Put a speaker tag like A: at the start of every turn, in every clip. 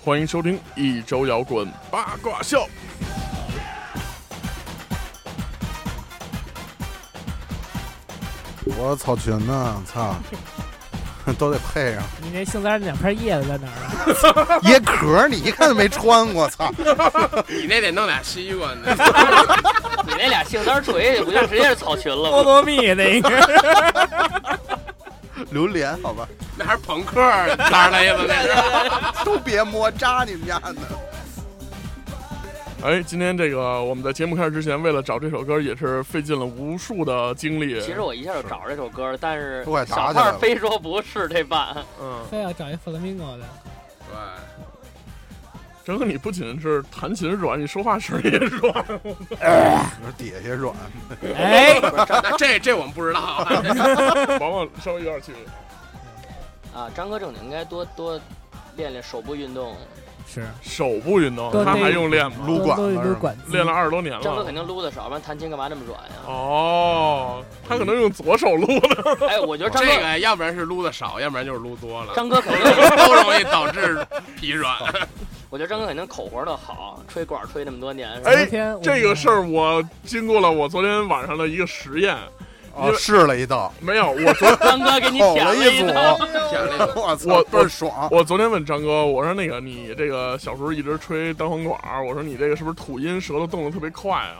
A: 欢迎收听一周摇滚八卦秀。
B: 我草裙呢，操， 都得配 上
C: 你那杏子儿那两片叶子在哪 儿啊？
B: 椰壳儿，你一看就没穿过，操，
D: 你那得弄俩西瓜呢，
E: 你那俩杏丹锤不就直接是草裙了
C: 菠
E: 吗？
C: 萝
A: 啊
C: 蜜那个，
B: 榴莲好吧，
D: 那还是朋克儿，哪儿来呀？那是
B: 都别摸扎你们家呢。
A: 哎，今天这个我们在节目开始之前，为了找这首歌也是费尽了无数的精力。
E: 其实我一下就找着这首歌了，但是
B: 都快打起来
E: 小
B: 了
E: 胖非说不是这版，
A: 嗯，
C: 非要找一 flamingo 的，
D: 对，
A: 整个你不仅是弹琴软，你说话声也软。
B: 你说底下也软，
C: 哎，
D: 那这这我们不知道啊。
A: 往往稍微有点区别。
E: 啊，张哥正经应该多多练练手部运动，
C: 是
A: 手部运动，
C: 对嗯
A: 他
C: 那
A: 还用练吗？
B: 撸管
C: 都
B: 子
C: 一
B: 是
C: 撸
B: 吧
C: 管子，
A: 练了二十多年
E: 张哥
A: 了
E: 肯。定撸的少，不然弹琴干嘛那么软呀？
A: 哦，他可能用左手撸的。
E: 哎，我觉得张
D: 哦这
E: 哥，
D: 个要不然是撸的少，要不然就是撸多了，
E: 张哥肯定，
D: 都容易导致疲软。
E: 我觉得张哥肯定口活的好，吹管吹那么多年，是吧
A: 哎
C: 昨天我
A: 这个事儿我经过了我昨天晚上的一个实验，
B: 哦，试了一道，
A: 没 有，我昨
E: 张哥给你
B: 吼
E: 舔
B: 了
E: 一
B: 组，
E: 刀，
B: 我操，
A: 我
B: 倍儿爽。
A: 我昨天问张哥，我说那个你这个小时候一直吹单簧管儿，我说你这个是不是吐音舌头动得特别快啊？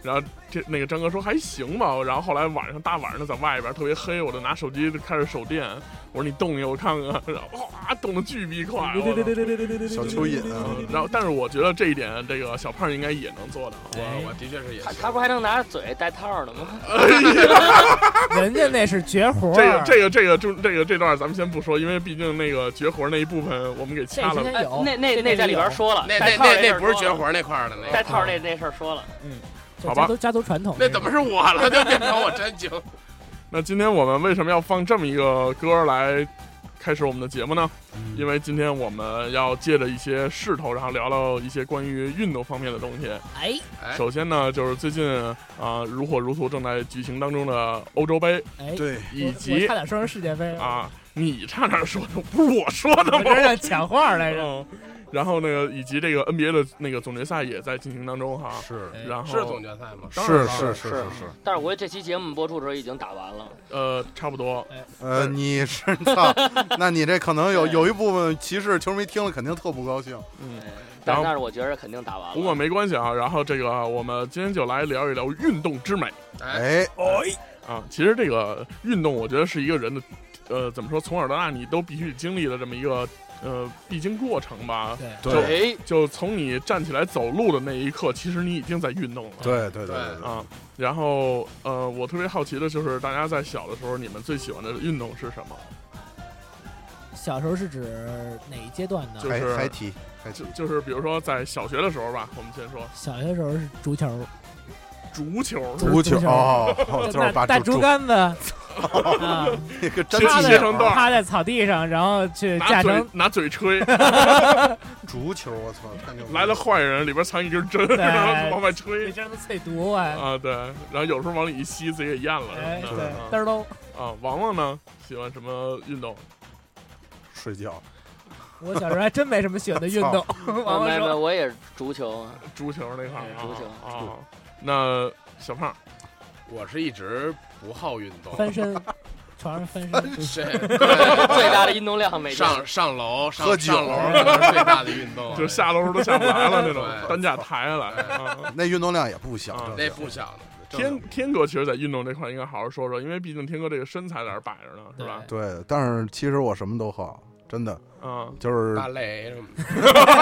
A: 然后这那个张哥说还行吧，然后后来晚上大晚上的在外边儿特别黑，我就拿手机就开始手电，我说你动一下我看看，然后哇动得巨逼快，我
C: 对对
A: 操
C: 对对对对对对，
B: 小蚯蚓啊
A: 嗯然后但是我觉得这一点这个小胖应该也能做到，
D: 我我的确是也
E: 他
D: 是
E: 他不还能拿着嘴带套呢吗？
C: 人家那是绝活儿，
A: 这个这个这个就这个这段咱们先不说，因为毕竟那个绝活那一部分我们给掐了
C: 这之前。
E: 哎
C: 有
E: 那那
C: 这
E: 那在里边
C: 有
E: 说了，
D: 那
E: 带
D: 那
E: 套
D: 那
E: 事
D: 那
E: 儿
D: 不是
E: 说
D: 绝
E: 了
D: 活那块儿的嗯那
E: 带
D: 个，
E: 套那那事儿说了，
C: 这
A: 好吧
C: 家族家族传统，
D: 那怎么是我了？ 就变成我真精。
B: 哦
A: 那今天我们为什么要放这么一个歌来开始我们的节目呢？
D: 嗯
A: 因为今天我们要借着一些势头，然后聊聊一些关于运动方面的东西。
C: 哎
D: 哎
A: 首先呢，就是最近啊、如火如荼正在举行当中的欧洲杯，
C: 哎，
B: 对，
A: 以
C: 我我
A: 及
C: 差点说成世界杯，
A: 啊，你差点说的，不是我说的
C: 我
A: 吗？
C: 这让抢话来 着，
A: 嗯，然后那个以及这个 NBA 的那个总决赛也在进行当中哈。
B: 是
C: 哎
A: 然后
D: 是总决赛吗？
A: 当然
B: 是
A: 了
B: 是是是是。
E: 但是我觉得这期节目播出的时候已经打完了，
A: 呃，差不多。
B: 呃，
A: 对
B: 你是 操，那你这可能有有一部分骑士球迷听了肯定特不高兴。
A: 嗯，然
E: 但
A: 后
E: 但是我觉得肯定打完了。
A: 不过没关系啊。然后这个我们今天就来聊一聊运动之美。
D: 哎，
B: 哎，
A: 啊，其实这个运动，我觉得是一个人的，呃，怎么说，从小到大你都必须经历的这么一个呃必经过程吧。
C: 对，
B: 对
E: 哎，
A: 就从你站起来走路的那一刻，其实你已经在运动了。
B: 对对对对
D: 对
B: 对，
A: 啊，然后呃，我特别好奇的就是，大家在小的时候，你们最喜欢的运动是什么？
C: 小时候是指哪一阶段呢？
A: 就
B: 还
A: 是
B: 还提还
A: 就
B: 提，
A: 就是比如说在小学的时候吧，我们先说
C: 小学时候是足球，
A: 足球，
C: 足球
B: 哦， 就
C: 拿
B: 是把
C: 大
B: 竹
C: 竹竿 子，啊，
B: 那个真
A: 插
B: 的
A: 切成段儿
C: 趴在草地上，然后去
A: 拿
C: 架
A: 嘴
C: 成
A: 拿嘴吹，
B: 足球，我操，太牛逼
A: 来了坏人，里边藏一根针，
C: 对
A: 然后往外
C: 那
A: 吹。
C: 真的脆毒啊！
A: 啊，对，然后有时候往里一吸，自己给咽了
C: 哎，
A: 什么的。
C: 对
A: 啊，
C: 嘚儿喽！
A: 啊，王王呢喜欢什么运动？
B: 睡觉，
C: 我小时候还真没什么喜欢的运动。
E: 啊
C: 王
E: 没
C: 王
E: 没，
C: 说
E: 我也是足球，
A: 足球那块儿
E: 嗯
A: 啊，
E: 足球
A: 啊。那小胖，
D: 我是一直不好运动，
C: 翻身，床上翻身，
D: 是
E: 最大的运动量每天
D: 上上楼上
B: 喝酒
D: 上楼是最大的运动，啊
A: 就下楼都下不来了那种，
D: 对
A: 担架抬下来。啊
B: 那运动量也不小
A: 啊，
B: 这
D: 那不小的。
A: 天天哥其实，在运动这块应该好好说说，因为毕竟天哥这个身材在这儿摆着呢，是吧？
B: 对，但是其实我什么都好，真的
A: 嗯，
B: 就是
D: 芭蕾什么的，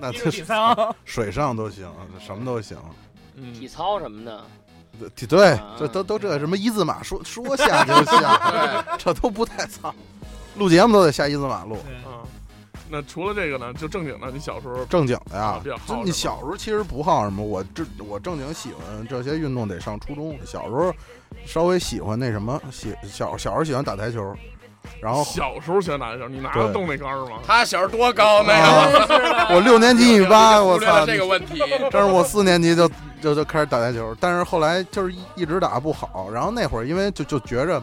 B: 那
C: 艺术体
D: 啊
C: 操，
B: 水上都行，什么都行。
E: 体
A: 嗯，
E: 操什么的，
B: 对对
E: 啊，
B: 这都都这什么一字马说说下就下，
D: 对，
B: 这都不太操。录节目都得下一字马路，
C: 对
A: 啊。那除了这个呢，就正经的，你小时候
B: 正经的
A: 啊
B: 呀
A: 比。较好什
B: 就
A: 么
B: 你小时候其实不好什么，我这我正经喜欢这些运动得上初中。小时候稍微喜欢那什么，喜小小时候喜欢打台球，然后
A: 小时候喜欢打台球，你拿得动那杆儿吗？
D: 他小时候多高那
B: 啊
C: 哎
D: 个？
B: 我六年级一米八，我
D: 忽略了
B: 操！
D: 这个问题，
B: 但是我四年级就就就开始打台球，但是后来就是一一直打不好，然后那会儿因为就就觉着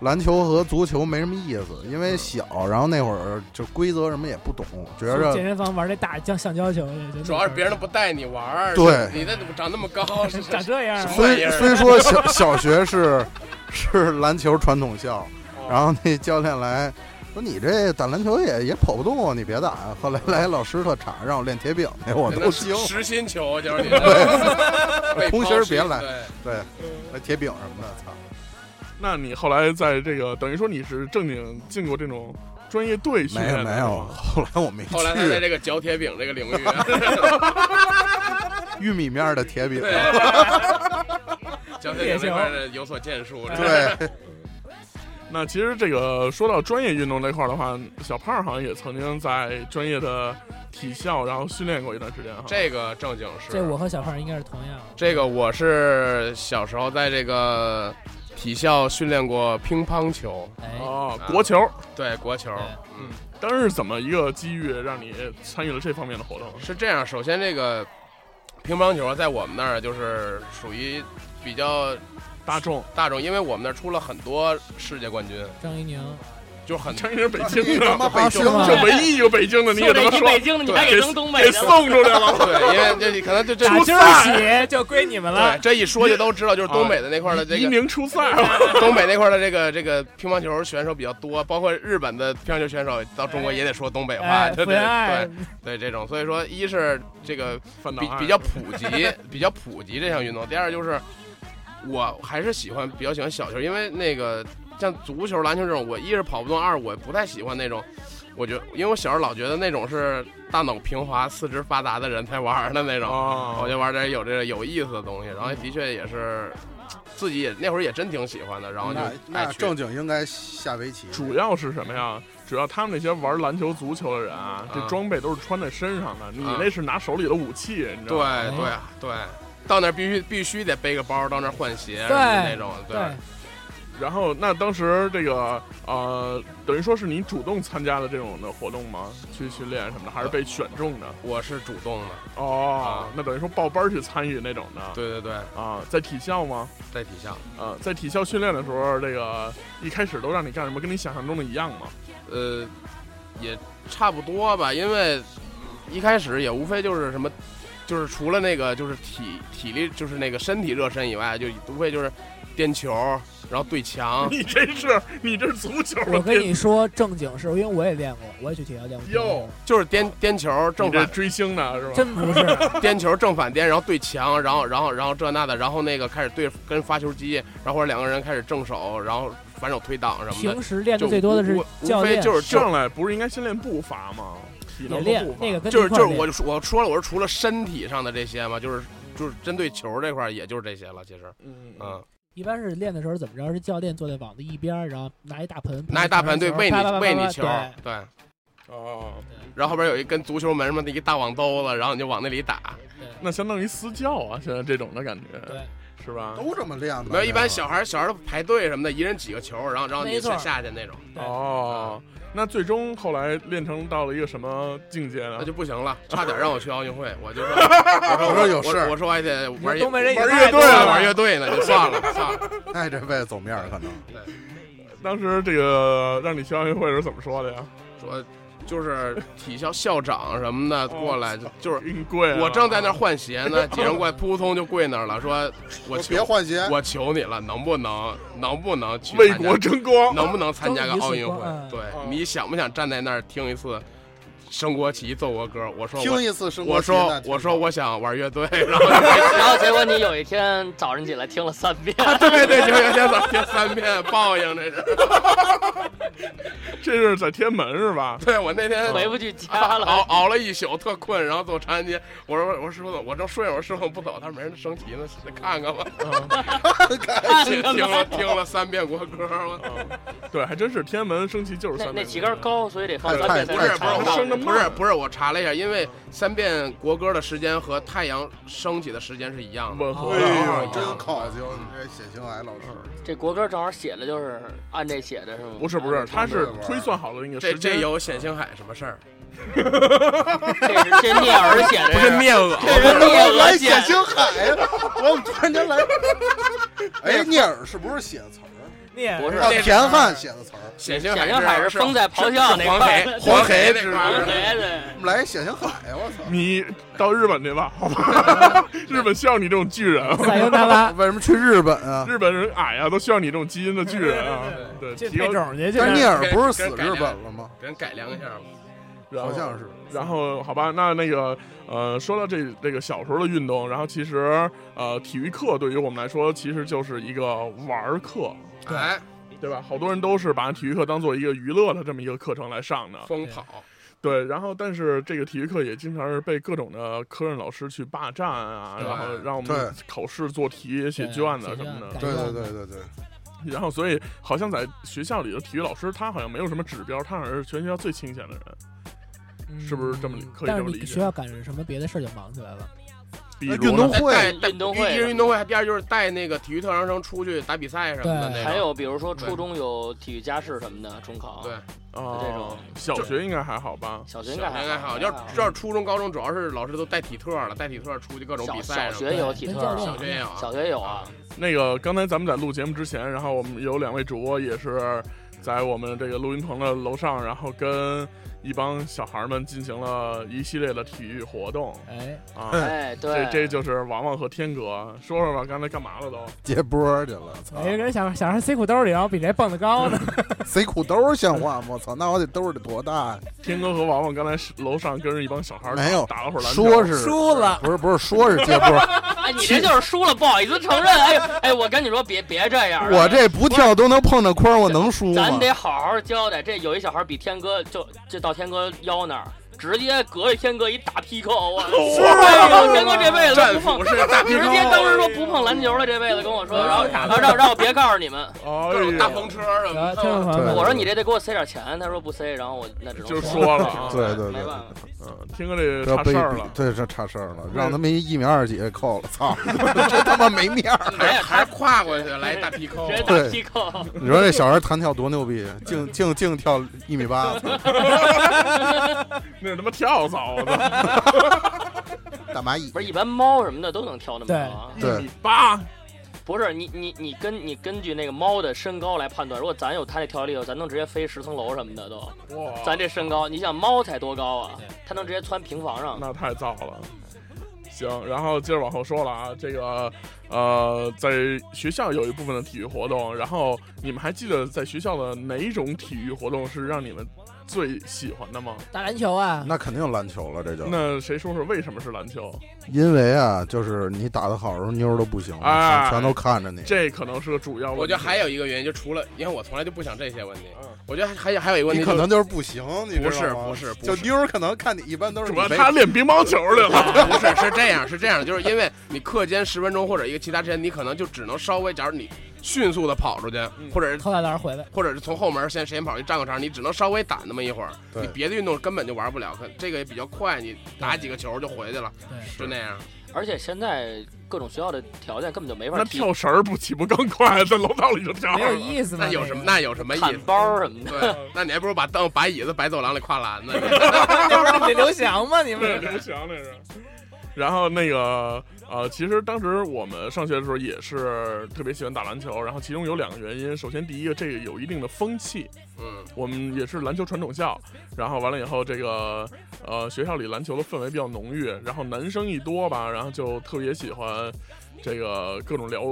B: 篮球和足球没什么意思，因
D: 嗯
B: 为小，然后那会儿就规则什么也不懂，觉
C: 去
B: 着
C: 健身房玩那大橡橡胶球去，就
D: 主要是别人都不带你玩儿，
B: 对
D: 你这怎么长那么高？是
C: 哎长这样啊
D: 什，么玩意
B: 虽
D: 儿
B: 虽说小小学是是篮球传统校，
D: 哦
B: 然后那教练来说你这打篮球也也跑不动啊，你别打啊。后来来老师特查，让我练铁饼去，我都惊。
D: 实心球就是 你的，被
B: 同学
D: 抛
B: 儿
D: 弃
B: 别来
D: 对
B: 对，那铁饼什么的，操。
A: 那你后来在这个等于说你是正经进过这种专业队训
B: 没
A: 练
B: 有
A: 的
B: 没有，后来我没去。
D: 后来他在这个嚼铁饼这个领 域，
B: 玉米面儿的铁 饼，
D: 嚼铁饼这块儿有所建树。是吧
B: 对，
A: 那其实这个说到专业运动这块儿的话，小胖好像也曾经在专业的体校然后训练过一段时间哈。
D: 这个正经是
C: 这我和小胖应该是同样。
D: 这个我是小时候在这个体校训练过乒乓球，
C: 哎，
A: 哦
D: 啊，
A: 国球
D: 对国球
C: 对，
D: 嗯，
A: 当时是怎么一个机遇让你参与了这方面的活动？
D: 是这样。首先这个乒乓球在我们那儿就是属于比较
A: 大众，
D: 大众，因为我们那儿出了很多世界冠军，
C: 张怡宁，
D: 就很
A: 真是北京
B: 你他妈
A: 的，
B: 北京
C: 是吗
A: 这唯一一个北京的你也他妈
E: 送北京
A: 说
E: 北京的，你还
A: 对
E: 给扔东
A: 给
E: 北去了。
A: 送出来了。
D: 对，因为这你可能就这
C: 打
A: 出
C: 今儿起就归你们
D: 对
C: 了。啊
D: 这一说就都知道，就是东北的那块儿的这
A: 移
D: 个
A: 民出赛了，
D: 东北那块儿的这个这个乒乓球选手比较多，包括日本的乒乓球选手到中国也得说东北话，
C: 哎，
D: 对
C: 不
D: 对
C: 爱
D: 对对这种，所以说一是这个
A: 反倒
D: 比
A: 爱
D: 比较普及，比较普及这项运动。第二就是，我还是喜欢比较喜欢小球，因为那个像足球、篮球这种，我一是跑不动，二我不太喜欢那种。我觉得，因为我小时候老觉得那种是大脑平滑、四肢发达的人才玩儿的那种，我
A: 哦，
D: 就玩点有这个有意思的东西。然后的确也是自己也那会儿也真挺喜欢的，然后就
B: 那
D: 爱
B: 那
D: 去。
B: 正经应该下围棋。
A: 主要是什么呀？主要他们那些玩篮球、足球的人啊，这装备都是穿在身上的，你
D: 啊
A: 那是拿手里的武器，你知
D: 对
A: 道吗？
D: 对
B: 哦
D: 对，到那儿必须必须得背个包，到那儿换鞋
C: 对
D: 那种。对，
C: 对，
A: 然后，那当时这个呃，等于说是你主动参加的这种的活动吗？去训练什么的，还是被选中
C: 啊
A: 的？
D: 我是主动的。
A: 哦
D: 啊，
A: 那等于说报班儿去参与那种的。
D: 对对对，
A: 啊，在体校吗？
D: 在体校。
A: 啊，在体校训练的时候，这个一开始都让你干什么？跟你想象中的一样吗？。
D: 呃，也差不多吧，因为一开始也无非就是什么，就是除了那个就是体体力就是那个身体热身以外，就无非就是颠球，然后对墙
A: 你这是你这是足球，
C: 啊
A: 啊
C: 我跟
A: 天
C: 你说正经事，因为我也练过，我也去体校练过。
A: 哟
D: 就是颠颠球
A: 你
D: 正
A: 这
D: 反
A: 追星呢是吧？
C: 真不是，
D: 颠球正反颠，然 后对墙，然后然后然后这那的，然后那个开始对跟发球机，然后或者两个人开始正手，然后反手推挡什么的
C: 平，时练的
D: 就
C: 最多的是
D: 无无
C: 教
D: 无非
C: 练，
D: 就是就
A: 上来不是应该先练步伐吗？体
C: 也
A: 能和
C: 练
A: 步伐
C: 那个跟
D: 就是
C: 你一块
D: 就是
C: 儿
D: 我就
C: 练
D: 说我说了，我是除了身体上的这些嘛，就是就是针对球这块儿，也就是这些了，其实，
A: 嗯
D: 嗯。
C: 一般是练的时候怎么着？是教练坐在网的一边儿，然后拿一大盆，
D: 拿一大盆对
C: 球
D: 喂你
C: 啪啪啪啪
D: 喂你
C: 啪
D: 球
C: 对，
D: 对，
A: 哦，
D: 然后后边有一跟足球门什么的一个大网兜子，然后你就往那里打。
A: 那相当于私教啊，现在这种的感觉
C: 对
A: 是吧？
B: 都这么练的。
D: 没有，一般小孩儿小孩儿排队什么的，一人几个球，然后然后你
C: 没错
D: 先下去那种，
E: 嗯
C: 对
A: 哦，
D: 嗯
A: 那最终后来练成到了一个什么境界呢
D: 那？就不行了，差点让我去奥运会，我就说 我说
B: 我说有事
D: 我说我还得玩
C: 东北人也
D: 玩
C: 太
D: 乐
C: 多
D: 队啊
C: 了
D: 玩乐队呢，就算了算了。
B: 哎，这辈子走面儿可能。
A: 当时这个让你去奥运会是怎么说的呀？
D: 说就是体校校长什么
C: 嗯
D: 的过来，就是
A: 晕贵啊，
D: 我正在那儿换鞋呢，几人过来扑通就跪那儿了，说我
B: 说
D: 求
B: 别换鞋，
D: 我求你了，能不能能不能去
A: 为
D: 参加
A: 国争光，
D: 能不能参加个奥运
C: 终于
D: 会
C: 曙光啊？
D: 对
A: 啊，
D: 你想不想站在那儿听一次升国旗、奏国歌？我说
B: 听
D: 我，
B: 一次生活
D: 我
B: 习惯
D: 说，我说，我想玩乐队，然后
E: 然后结果你有一天早上起来听了三遍，
D: 对对，就有点早听三遍报应，这是。
A: 这是在天安门是吧？
D: 对我那天
E: 回不去家
D: 熬
E: 了。
D: 熬了一宿，特困，然后走长安街，我说我说师傅，我正睡着，我说师傅不走，他说没人升旗呢，看看吧。听听了听了三遍国歌，我
A: 对，还真是天安门升旗就是
E: 那
A: 三
E: 那
A: 百
E: 旗
A: 米
E: 杆高，所以得放
B: 太
E: 三遍才
D: 不
B: 太
D: 是不是
A: 太
E: 能唱到
A: 升
D: 我
A: 得慢
D: 不是不是我查了一下，因为三遍国歌的时间和太阳升起的时间是一样的。
A: 吻合
B: 哎
A: 的
B: 呀，
A: 啊。
B: 真考究，你这血腥癌 老师。
E: 这国歌正好写的就是按这写的是吗？啊
A: 不是不是，他是推算好了那个
D: 这
A: 时
D: 这
A: 间。
D: 有冼星海什么事儿？
E: 这是这聂耳写的，
D: 不是聂 耳，
E: 这是聂耳
B: 来写
E: 写的。
B: 啊 星海，我们突然间来。哎，聂耳是不是写词儿？
C: 聂
E: 博士
B: 啊
D: 那是
B: 田汉写的词儿，
D: 显形
E: 显形
D: 海
E: 海
D: 是
E: 是风在咆哮那
D: 黄
E: 块
D: 海
E: 儿，
D: 黄海那块
E: 黄
D: 儿
E: 海的。
B: 我们来显形海，啊我操！
A: 你到日本 去吧， 好吧？日本需要你这种巨人，
C: 塞尤达拉
B: 为什么去日本啊？
A: 日本人矮啊，都需要你这种基因的巨人啊。对，
C: 这
A: 提
C: 配
A: 高
C: 种 去，
B: 但
C: 这
B: 聂
C: 是
B: 耳不是死日本了吗？
D: 给人改良一下吧。
A: 然后
B: 好像是。
A: 然后好吧，那那个呃，说到这这个小时候的运动，然后其实呃，体育课对于我们来说其实就是一个玩儿课，
C: 对
D: 哎，
A: 对吧？好多人都是把体育课当做一个娱乐的这么一个课程来上的。
B: 嗯
D: 疯跑，
A: 对，然后但是这个体育课也经常是被各种的科任老师去霸占啊，
D: 对
A: 然后让我
B: 对
A: 们考试做题、写
C: 对
A: 卷子
C: 写
A: 什么
C: 卷
A: 的。
C: 改
B: 对对对对对，
A: 然后所以好像在学校里的体育老师他好像没有什么指标，他好像是全学校最清闲的人，是不是这么理可以
C: 嗯
A: 这
C: 但是
A: 么理
C: 你学
A: 解？
C: 校赶上什么别的事儿就忙起来了，
A: 比
B: 那
A: 如
B: 运动
A: 呢
B: 会
D: 带带
E: 运动
D: 一
E: 会
D: 一是运动会，第二就是带那个体育特长生出去打比赛什么的那
C: 对
D: 种。
E: 还有比如说初
D: 对
E: 中有体育加试什么的，中考。
D: 对，
A: 啊
E: 这种
A: 小学应该还好吧？
E: 小学
D: 小
E: 应
D: 学
E: 该
D: 还
E: 哎
D: 好，要是要是初中、高中，主要是老师都带体特了，带体特出去各种
E: 小
D: 比赛
E: 小
D: 什么的。
E: 学有体
C: 对
E: 特
C: 跟教
E: 啊，
D: 小学也
C: 练
D: 有啊，
E: 小学有啊，
A: 那个刚才咱们在录节目之前，然后我们有两位主播也是在我们这个录音棚的楼上，然后跟一帮小孩们进行了一系列的体育活动
C: 哎，
A: 啊。
D: 嗯
E: 哎，对
A: 这，这就是王王和天哥，说说吧，刚才干嘛了都？
B: 接波去了，
A: 啊
B: 操！
C: 每个哎人想想孩塞裤兜里，然后比谁蹦得高 呢？
B: 谁裤兜像话吗？我操！那我得兜得多大呀？
A: 天哥和王王刚才是楼上跟着一帮小孩打
B: 没有
A: 打了会儿篮球，
B: 说是
C: 输了，
B: 不是不是说是接波，
E: 哎，你这就是输了，不好意思承认。哎哎，我跟你说，别别这样啊，
B: 我这不跳都能碰着框，我能输
E: 咱
B: 吗？
E: 得好好交代。这有一小孩比天哥就就到天哥腰那儿，直接隔着天哥一大劈扣， 我
A: 是
E: 哎呦，天哥这辈子都
D: 战
E: 不碰
D: 斧，是大啊
E: 直接当时说不碰篮球了，这辈子跟我
D: 嗯
E: 说，然后然后让让我别告诉你们。
A: 哎
D: 各种
A: 呀
D: 大风车什么
C: 然
D: 的。
C: 后听众朋友
B: 对
C: 们，
D: 嗯
E: 我说你这得给我塞点钱，他说不塞，然后我那只能
A: 就
E: 说
A: 说了啊，
B: 对对
E: 没
B: 对
E: 办法，
A: 嗯，天哥这
B: 这
A: 差
B: 被
A: 事儿了，
B: 对，这差事儿了，让他们一米二几给扣了，操！这他妈没面 儿。
E: 没有
D: 还
E: 他
D: 是跨过去来一大皮扣啊
E: 直，接打劈扣。
B: 你说这小孩弹跳多牛逼，净净净跳一米八，操
A: 那他妈跳蚤，我操，
B: 大蚂蚁
E: 不。是一般猫什么的都能跳那么高啊，
B: 对
A: 一米八，
E: 不是你你你根你根据那个猫的身高来判断，如果咱有它这跳力，咱能直接飞十层楼什么的都。
A: 哦哇，
E: 咱这身高，你想猫才多高啊？它能直接窜平房上。
A: 那太燥了。行，然后接着往后说了啊，这个呃，在学校有一部分的体育活动，然后你们还记得在学校的哪种体育活动是让你们最喜欢的吗？
C: 打篮球啊，
B: 那肯定篮球了，这就
A: 那谁说说为什么是篮球？
B: 因为啊，就是你打得好的时候，妞儿都不行了，
A: 哎
B: 全都看着你。
A: 这可能是个主要问题。
D: 我觉得还有一个原因，就除了你看，我从来就不想这些问题
A: 嗯。
D: 我觉得还有还有一个问
B: 你
D: 题，
B: 可
D: 就是
B: 能就是不行，你知道吗
D: 不是不是
B: 就
D: 不是
B: 妞儿可能看你一般都是
A: 主
B: 你
A: 要
B: 没
A: 他练乒乓球去了。
D: 不是是这样是这样，就是因为你课间十分钟或者一个其他时间，你可能就只能稍微，假如你迅速的跑出去，
E: 嗯
D: 或者是
C: 偷懒懒回来，
D: 或者是从后门先谁先跑去占个场，你只能稍微打那么一会儿，
B: 对
D: 你别的运动根本就玩不了，可这个也比较快，你打几个球就回去了，
C: 对，
D: 就那样。
E: 而且现在各种学校的条件根本就没法
A: 那
E: 踢
A: 跳绳儿不岂不更快，在楼道里就跳
C: 没有
A: 了。
C: 意思嘛，
D: 那有什么
C: 那个？
D: 那有什么意
E: 砍
D: 思？
E: 包什么的。
D: 对，那你还不如把凳把椅子摆走廊里跨栏呢。
C: 那不是你们刘翔吗？你
A: 对，
C: 们
A: 刘翔那是。然后那个呃，其实当时我们上学的时候也是特别喜欢打篮球，然后其中有两个原因。首先，第一个，这个有一定的风气，
D: 嗯，
A: 我们也是篮球传统校，然后完了以后，这个呃学校里篮球的氛围比较浓郁，然后男生一多吧，然后就特别喜欢这个各种聊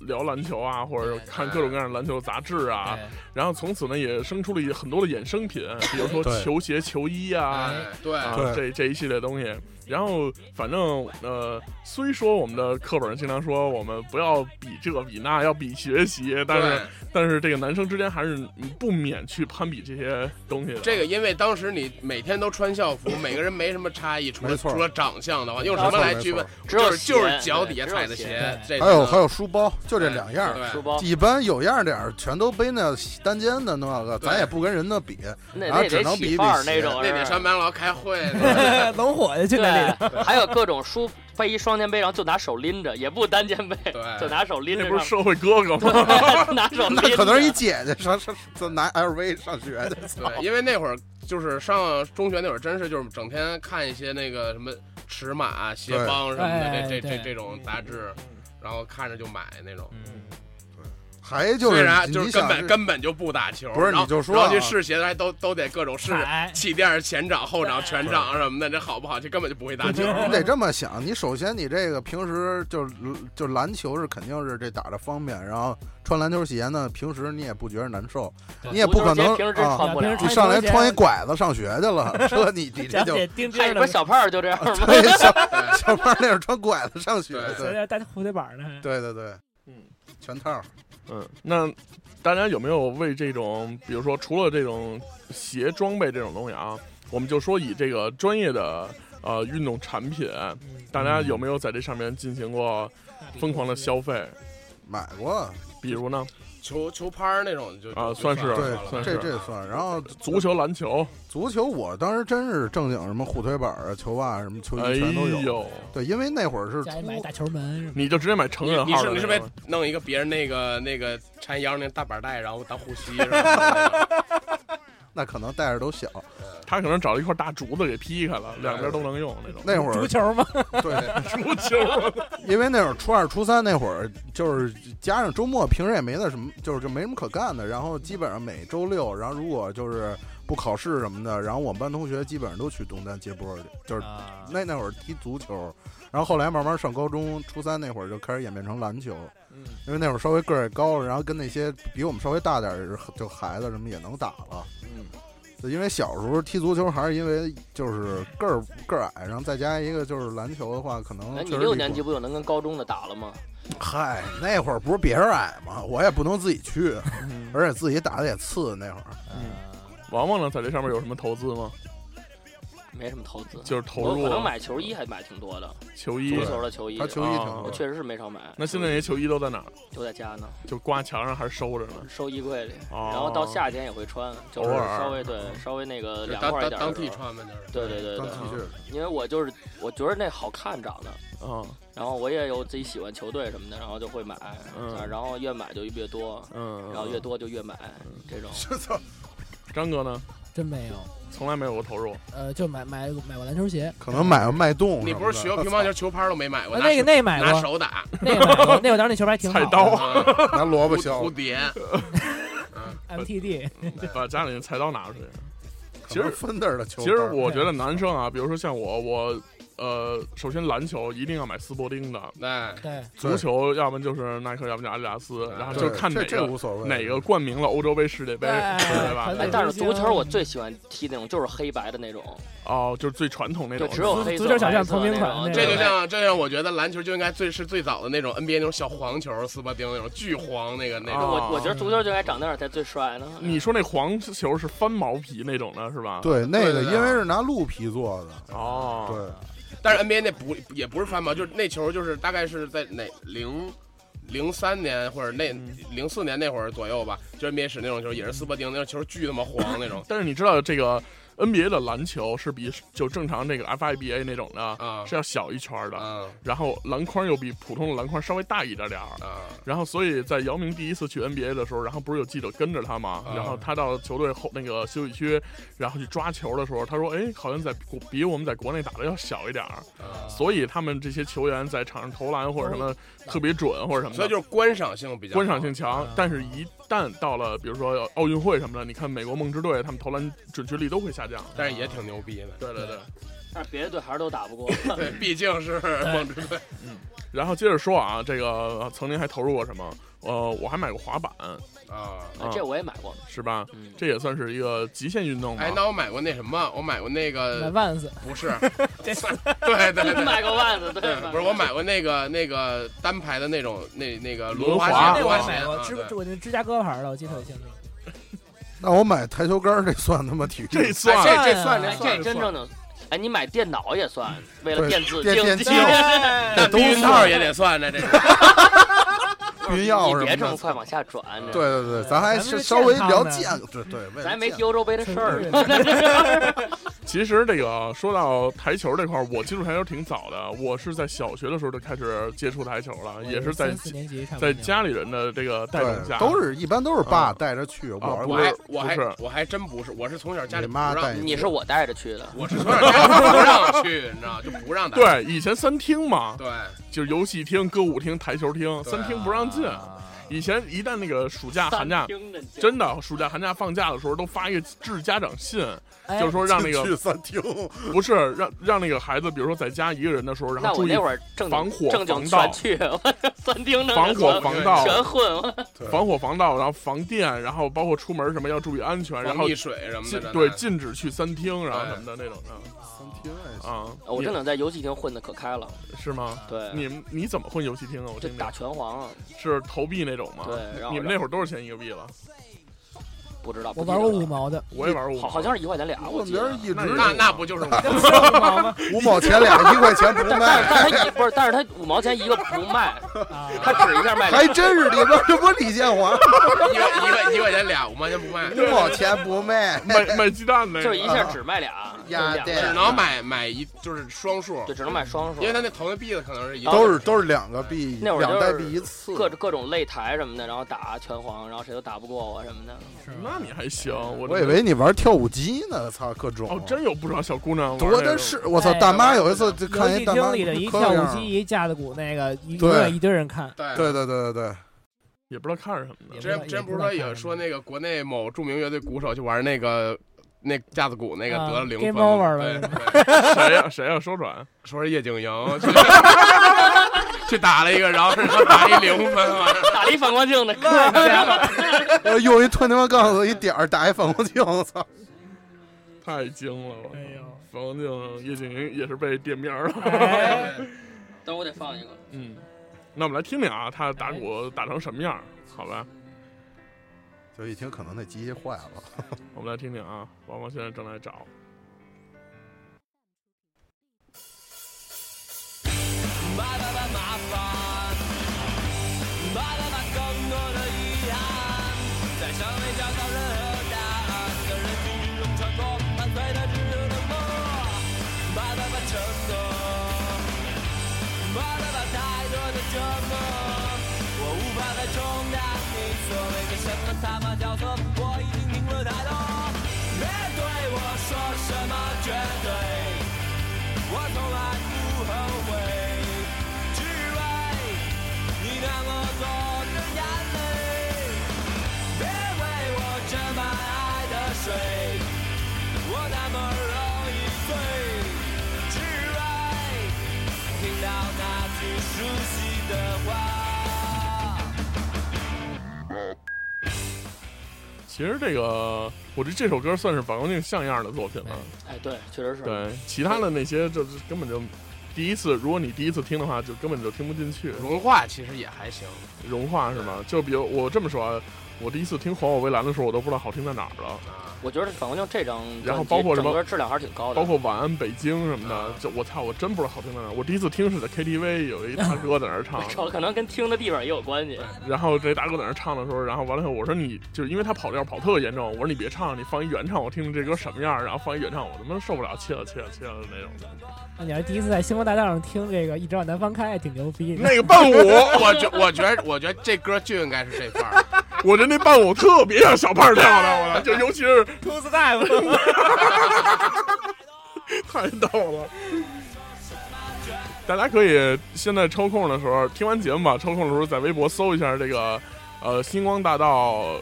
A: 聊篮球啊，或者看各种各样的篮球杂志啊，
C: 对
A: 然后从此呢也生出了很多的衍生品，比如说
B: 对
A: 球鞋、球衣啊，
D: 哎，对，
A: 啊，
B: 对
A: 这这一系列东西。然后，反正呃，虽说我们的课本上经常说我们不要比这个比那，要比学习，但
D: 对
A: 是但是这个男生之间还是不免去攀比这些东西的。
D: 这个因为当时你每天都穿校服，每个人没什么差异，除
B: 没
D: 了
B: 错
D: 除了长相的话，用
B: 没
D: 什
B: 错
D: 么来
B: 没
D: 区
B: 错
D: 分？
E: 只有
D: 就是
E: 鞋
D: 就是脚底下
E: 对只有
D: 踩的鞋，这
B: 还有还
D: 有
B: 有书包，就
D: 哎
B: 这两样儿。
E: 书包，
B: 一般有样儿点儿，全都背那单肩的那个，
D: 对
B: 咱也不跟人家 比。
E: 那
B: 然后
E: 那
B: 只
E: 得
B: 能比
E: 起
B: 比
E: 范儿
B: 鞋
E: 那种
D: 那得上
E: 是。
D: 麦当劳开会呢，
C: 龙火就进来里，
E: 对，还有各种书背一双肩背，然后就拿手拎着，也不单肩背，
D: 对
E: 就拿手拎着
A: 那
E: 上。
A: 不是社会哥哥吗？
E: 拿手拎
B: 那
E: 着。
B: 可能是一姐姐上上上哎拿 LV 上学的，
D: 对，因为那会儿就是上中学那会儿，真是就是整天看一些那个什么尺码啊、鞋帮什么的，
C: 哎对
D: 这这
C: 嗯对
D: 这
C: 对
D: 这种杂志，然后看着就买那种。
B: 还嗯就
D: 虽
B: 是
D: 然啊
B: 你
D: 就是
B: 你
D: 根
B: 想
D: 本
B: 是
D: 根本就不打球，
B: 不是
D: 然后
B: 你就说
D: 然后去
B: 啊
D: 试鞋的还都都得各种试
C: 踩
D: 气垫、前掌、后掌、全掌什么的，这好不好？这根本就不会打球。
B: 你得这么想，你首先你这个平时就是就篮球是肯定是这打着方便，然后穿篮球鞋呢，平时你也不觉得难受，
E: 对
B: 你也不可
E: 足球
B: 能
E: 鞋平时真
B: 啊，
E: 穿不了
C: 啊，平
B: 你
C: 时
B: 上来
C: 穿球鞋
B: 穿一拐子上学去了，说你你这
C: 讲
B: 就
C: 解钉钉
E: 嗨，
C: 儿
E: 不
C: 的
E: 是，小胖儿就这 样吗？
B: 对小
D: 对
B: 小胖那是穿拐子上学，
D: 对
C: 有
B: 对
C: 点带蝴蝶板呢。
B: 对对对，
A: 嗯
B: 全套。
A: 嗯，那大家有没有为这种，比如说除了这种鞋装备这种东西啊，我们就说以这个专业的呃运动产品，大家有没有在这上面进行过疯狂的消费？
B: 买过，
A: 比如呢，
D: 球球拍儿那种就
A: 啊
D: 就
A: 算是
D: 了
B: 对
D: 了，
A: 算
B: 这
A: 是
B: 这算。然后
A: 足球、篮球，
B: 足球，我当时真是正经什么护腿板啊、球袜什么球
A: 哎
B: 衣全都有。
A: 呦，
B: 对，因为那会儿是
C: 家里买一
B: 初
C: 大球门什么
A: 你就直接买成
D: 你
A: 人
D: 你
A: 号
D: 是
A: 的
D: 你
A: 那
D: 是
A: 种
D: 不是弄一个别人那个那个缠腰那大板带，然后当护 膝是吧？
B: 那可能戴着都小，
A: 他可能找了一块大竹子给劈开了，两边都能用那种。
B: 那会
C: 的，足
B: 儿
C: 球吗？
B: 对。
A: 足球，啊
B: 因为那会儿初二、初三那会儿，就是加上周末，平时也没那什么，就是就没什么可干的。然后基本上每周六，然后如果就是不考试什么的，然后我们班同学基本上都去东单接波去，就是
C: 啊
B: 那那会儿踢足球。然后后来慢慢上高中，初三那会儿就开始演变成篮球，
A: 嗯
B: 因为那会儿稍微个儿也高了，然后跟那些比我们稍微大点儿的就孩子什么也能打了。
A: 嗯，
B: 对因为小时候踢足球还是因为就是个儿个儿矮，然后再加一个就是篮球的话，可能
E: 哎，
B: 确
E: 你
B: 实
E: 六
B: 离
E: 年
B: 不
E: 级不就能跟高中的打了吗？
B: 嗨，那会儿不是别人矮吗？我也不能自己去，
A: 嗯
B: 而且自己打的也次。那会儿
A: 王王呢，在这上面有什么投资吗？
E: 没什么投资，
A: 就是投
E: 我
A: 入啊
E: 可能买球衣还买挺多的，
A: 球衣
E: 足。球的球衣
B: 他，球衣挺
A: 哦
B: 好
E: 我确实是没少买。嗯
A: 那现在这些球衣都在哪儿？
E: 就在家呢，
A: 就挂墙上还是收着呢？
E: 收衣柜里，
A: 哦
E: 然后到夏天也会穿，就是
A: 偶尔
E: 稍微对稍微那个
D: 就
E: 凉
D: 当
E: 快一
D: 当
E: 点。
D: 当替。穿嘛，就是。
E: 对对对
B: 当
E: 对
B: T，恤，
E: 因为我就是我觉得那好看长得，
A: 啊，
E: 然后我也有自己喜欢球队什么的，然后就会买，啊
A: 嗯
E: 然后越买就越多，
A: 嗯，
E: 然后越多就越买这种。
B: 我操，
A: 张哥呢，
C: 真没有，
A: 从来没有过投入。
C: 呃，就买买买过篮球鞋，
B: 可能买个脉动什么的。
D: 你不是学过乒乓球球拍儿都没买过？
C: 啊
D: 拿
C: 那个
D: 手
C: 那买
D: 拿
C: 过，
D: 手 打，
C: 那个买过，那我当时那球拍挺好的。
A: 菜刀
D: 嗯
B: 拿萝卜
D: 蝴
B: 削
D: 蝴，蝶，
C: MTD
A: 把家里那菜刀拿出去。其实
B: 芬德的球
A: 其
B: 拍
A: 实
B: 儿，
A: 我觉得男生啊，比如说像我，我呃，首先篮球一定要买斯伯丁的，
D: 哎，
C: 对，
A: 足球要么就是耐克，要么就阿迪达斯，
D: 对
A: 然后
B: 对
A: 就看哪
B: 这这
A: 个
B: 无所谓
A: 哪个冠名了欧洲杯、世界杯，
C: 对
A: 对吧
C: 传？
E: 哎
C: 统，
E: 但是足球我最喜欢踢那种就是黑白的那种，
A: 哦，就是最传统那
E: 对，
A: 种。
E: 只有黑色
C: 足球小将
E: 白色
C: 同名款
E: 那种
C: 那
D: 这
C: 个
D: 就像这就像我觉得篮球就应该最是最早的那种 NBA 那种小黄球，斯巴丁那种巨黄那个那
A: 啊
D: 种。
E: 我我觉得足球就应该长那样才最帅呢。
A: 你说那黄球是翻毛皮那种的，是吧？。
B: 对那个，
D: 对对对
B: 因为是拿鹿皮做的，
A: 哦，
B: 对，
D: 但是 NBA 那不也不是翻毛，就是那球就是大概是在哪零零三年或者那
A: 嗯
D: 零四年那会儿左右吧，就 NBA 使那种球也是斯巴丁那种球巨他妈黄那种
A: 但是你知道这个 NBA 的篮球是比就正常这个 FIBA 那种的
D: 啊
A: 是要小一圈的，
D: 啊
A: 然后篮筐又比普通的篮筐稍微大一点点儿。
D: 啊！
A: 然后，所以在姚明第一次去 NBA 的时候，然后不是有记者跟着他嘛？
D: 啊
A: 然后他到球队后那个休息区，然后去抓球的时候，他说：“哎，好像在国比我们在国内打的要小一点儿。”
D: 啊
A: 所以他们这些球员在场上投篮或者什
C: 哦
A: 么特别准或者什么
D: 所以
A: 的，
D: 就是观赏性比较好
A: 嗯观赏性强
C: 啊。
A: 但是，一旦到了比如说奥运会什么的，你看美国梦之队他们投篮准确率都会下降。
D: 但是也挺牛逼的。
A: 对对对。
E: 但是别的队还是都打不过。
A: 嗯
D: 对，毕竟是梦之队。
A: 然后接着说啊，这个呃曾经还投入过什么？呃，我还买过滑板，
D: 啊。
A: 啊
E: 这我也买过，
A: 是吧？
E: 嗯，
A: 这也算是一个极限运动吧
D: 哎，？那我买过那什么？我买过那
C: 买
D: 个
C: Vans
D: 不是，对对对。
E: 买过袜子，对
D: 对，，不是我买过那个那个单排的那种那那个
A: 轮
D: 滑鞋，
A: 滑
C: 那
D: 轮
C: 我
D: 滑
C: 也
D: 鞋
C: 买过，
D: 啊
C: 芝
D: 对
C: 我那芝加哥牌的，我记得特别清楚。
B: 那我买台球杆儿，这算他妈体育？
A: 这算
D: 哎这这算
C: 哎
D: 这
E: 哎，
D: 算
E: 这真正的，哎，你买电脑也算，为了
B: 对
E: 电子竞
B: 电电
E: 技
B: 竞，
D: 那避孕套也得算呢，这个
B: 避孕药
E: 你
B: 什么
E: 别这么
B: 的。
E: 快往下转，
A: 嗯
B: 对
E: 这
B: 对对，咱还
C: 咱们
B: 是
C: 是
B: 稍微
C: 健康
B: 聊
C: 的
B: 健，对对，为了
E: 咱没
B: 健
E: 踢欧洲杯的事儿，
A: 其实这个说到台球这块儿，我接触台球挺早的，我是在小学的时候就开始接触台球了，也是在
C: 三四年级差不多
A: 在家里人的这个带动下，
B: 对，都是一般都是爸
A: 嗯
B: 带着去，
A: 啊
D: 我
B: 我
D: 还我还
A: 不是不是
D: 我还真不是，我是从小家里
B: 你
D: 不
B: 妈带
D: 让
B: 你，
E: 你是我带着去的，
D: 我是从小家里不让去，你知道就不让打。
A: 对以前三厅嘛，
D: 对
A: 就是游戏厅、歌舞厅、台球厅，
F: 对
A: 三厅不让进。
F: 啊
A: 以前一旦那个暑假、寒假，
E: 听着你
A: 真的暑假、寒假放假的时候，都发一个致家长信，
C: 哎
A: 就是说让那个
B: 去餐厅，
A: 不是让让那个孩子，比如说在家一个人的时候，然
E: 那
A: 后
E: 我
A: 注意
E: 那会儿正经
A: 防火
E: 正
A: 防
E: 经
A: 盗
E: 全去，三厅正
A: 防火
E: 全
A: 防盗、
E: 全混，
B: 对
A: 防火防盗，然后防电，然后包括出门什么要注意安全，然
D: 然
A: 后
D: 后溺水什么
A: 禁
D: 的，
A: 对禁止去餐厅，然后
D: 对
A: 什么的那种的
B: 餐厅也行。
A: 啊，
E: 哎我正经在游戏厅混的可开了，
A: 你是吗？
E: 对，
A: 你们你怎么混游戏厅啊？我
E: 就
A: 听听
E: 打，拳皇啊，
A: 是投币那种吗？
E: 对，然后
A: 啊你们那会儿多少钱一个币了？
E: 不知道，
C: 哎我
E: 不记
C: 玩过
E: 得
C: 五
E: 了，
C: 毛 的，
A: 我也玩五毛，
E: 好好像是一块钱俩，
B: 我
E: 我
B: 们
E: 记
B: 这
E: 得
B: 儿。一直
D: 那那不 就是我
C: 不是五毛吗？
B: 五毛钱俩，一块钱不
E: 但
B: 卖，
E: 是他一不是，但是他五毛钱一个不卖，
C: 啊，
E: 他指一下卖
B: 还
E: 俩，
B: 真是里边这不李建华，
D: 一块一块一块钱俩，五毛钱不卖，
B: 五毛钱不卖，
A: 卖卖鸡蛋那
E: 就是一
A: 个。
E: 下只卖俩，就
B: 啊呀
E: 是两
B: 对
D: 只
E: 个，
D: 能买买一就是双数，
E: 就只能买双数
D: 因，为他那投那币的可能是一
B: 都是都是两个币，
E: 那会儿就
B: 两
E: 是
B: 代币一次，
E: 各各种擂台什么的，然后打拳皇，然后谁都打不过我什么 的。
A: 那你还行，我
B: 我以为你玩跳舞机呢，操，各种
A: 哦，真有不少小姑娘玩
B: 多
A: 那
B: 的
A: 个
B: 是。我操，
C: 哎
B: 大妈有一次就
C: 游
B: 看一
C: 戏
B: 大妈
C: 厅里的一
B: 磕
C: 跳舞
B: 样
C: 机，一架子鼓，那个一
B: 对
C: 永远一堆人看。
D: 对
B: 对对对对对，
A: 也不知道看什么的。
C: 也
D: 之前之前不是说有说那个国内某著名乐队鼓手去玩那个那架子鼓那个
C: 啊
D: 得了零
C: Game
D: 分
C: over
D: 对，
C: 了
D: 对
A: 谁呀？谁呀？说转。
D: 说是叶景莹去 去打了一个，然后然后打一零分嘛，
E: 打了一反光镜的，看 一下吧
B: 呃用一吞他妈杠子一点儿打一反光镜，我操！
A: 太精了！我
C: 哎呦
A: 反光镜叶景莹也是被垫面儿 了。
C: 哎，
E: 但我得放一个。
A: 嗯，那我们来听听啊，他打鼓打成什么样儿？好吧，
B: 就一听可能那机器坏了，
A: 我们来听听啊。王王现在正在找，其实这个，我觉得这首歌算是反光镜像样的作品了。
E: 哎，对，确实是。
A: 对，其他的那些就是根本就第一次，如果你第一次听的话，就根本就听不进去。
D: 融化其实也还行，
A: 融化是吗？就比如我这么说啊，我第一次听《环我围栏》的时候，我都不知道好听在哪儿了。
E: 我觉得反光镜这张专辑
A: 然后包括什么
E: 整个质量还是挺高的，
A: 包括《晚安北京》什么的
D: 啊，
A: 就我操，我真不知道好听在哪儿。我第一次听是在 KTV，有一大哥在那儿唱
E: 我，操可能跟听的地方也有关系。
A: 然后这大哥在那儿唱的时候，然后完了以后，我说你就是因为他跑调跑特严重，我说你别唱，你放一原唱，我听听这歌什么样儿。然后放一原唱，我他妈受不了，切了切了切了那种。
C: 那你要是第一次在星光大道上听这个《一直往南方开》，还挺牛逼的。
A: 那个伴舞，
D: 我觉我觉得我觉得这歌就应该是这范儿，
A: 我觉得那伴舞特别像小胖跳的，我操，就尤其是
C: 兔子大夫，
A: 太逗了。大家可以现在抽空的时候，听完节目吧，抽空的时候在微博搜一下这个，呃，星光大道，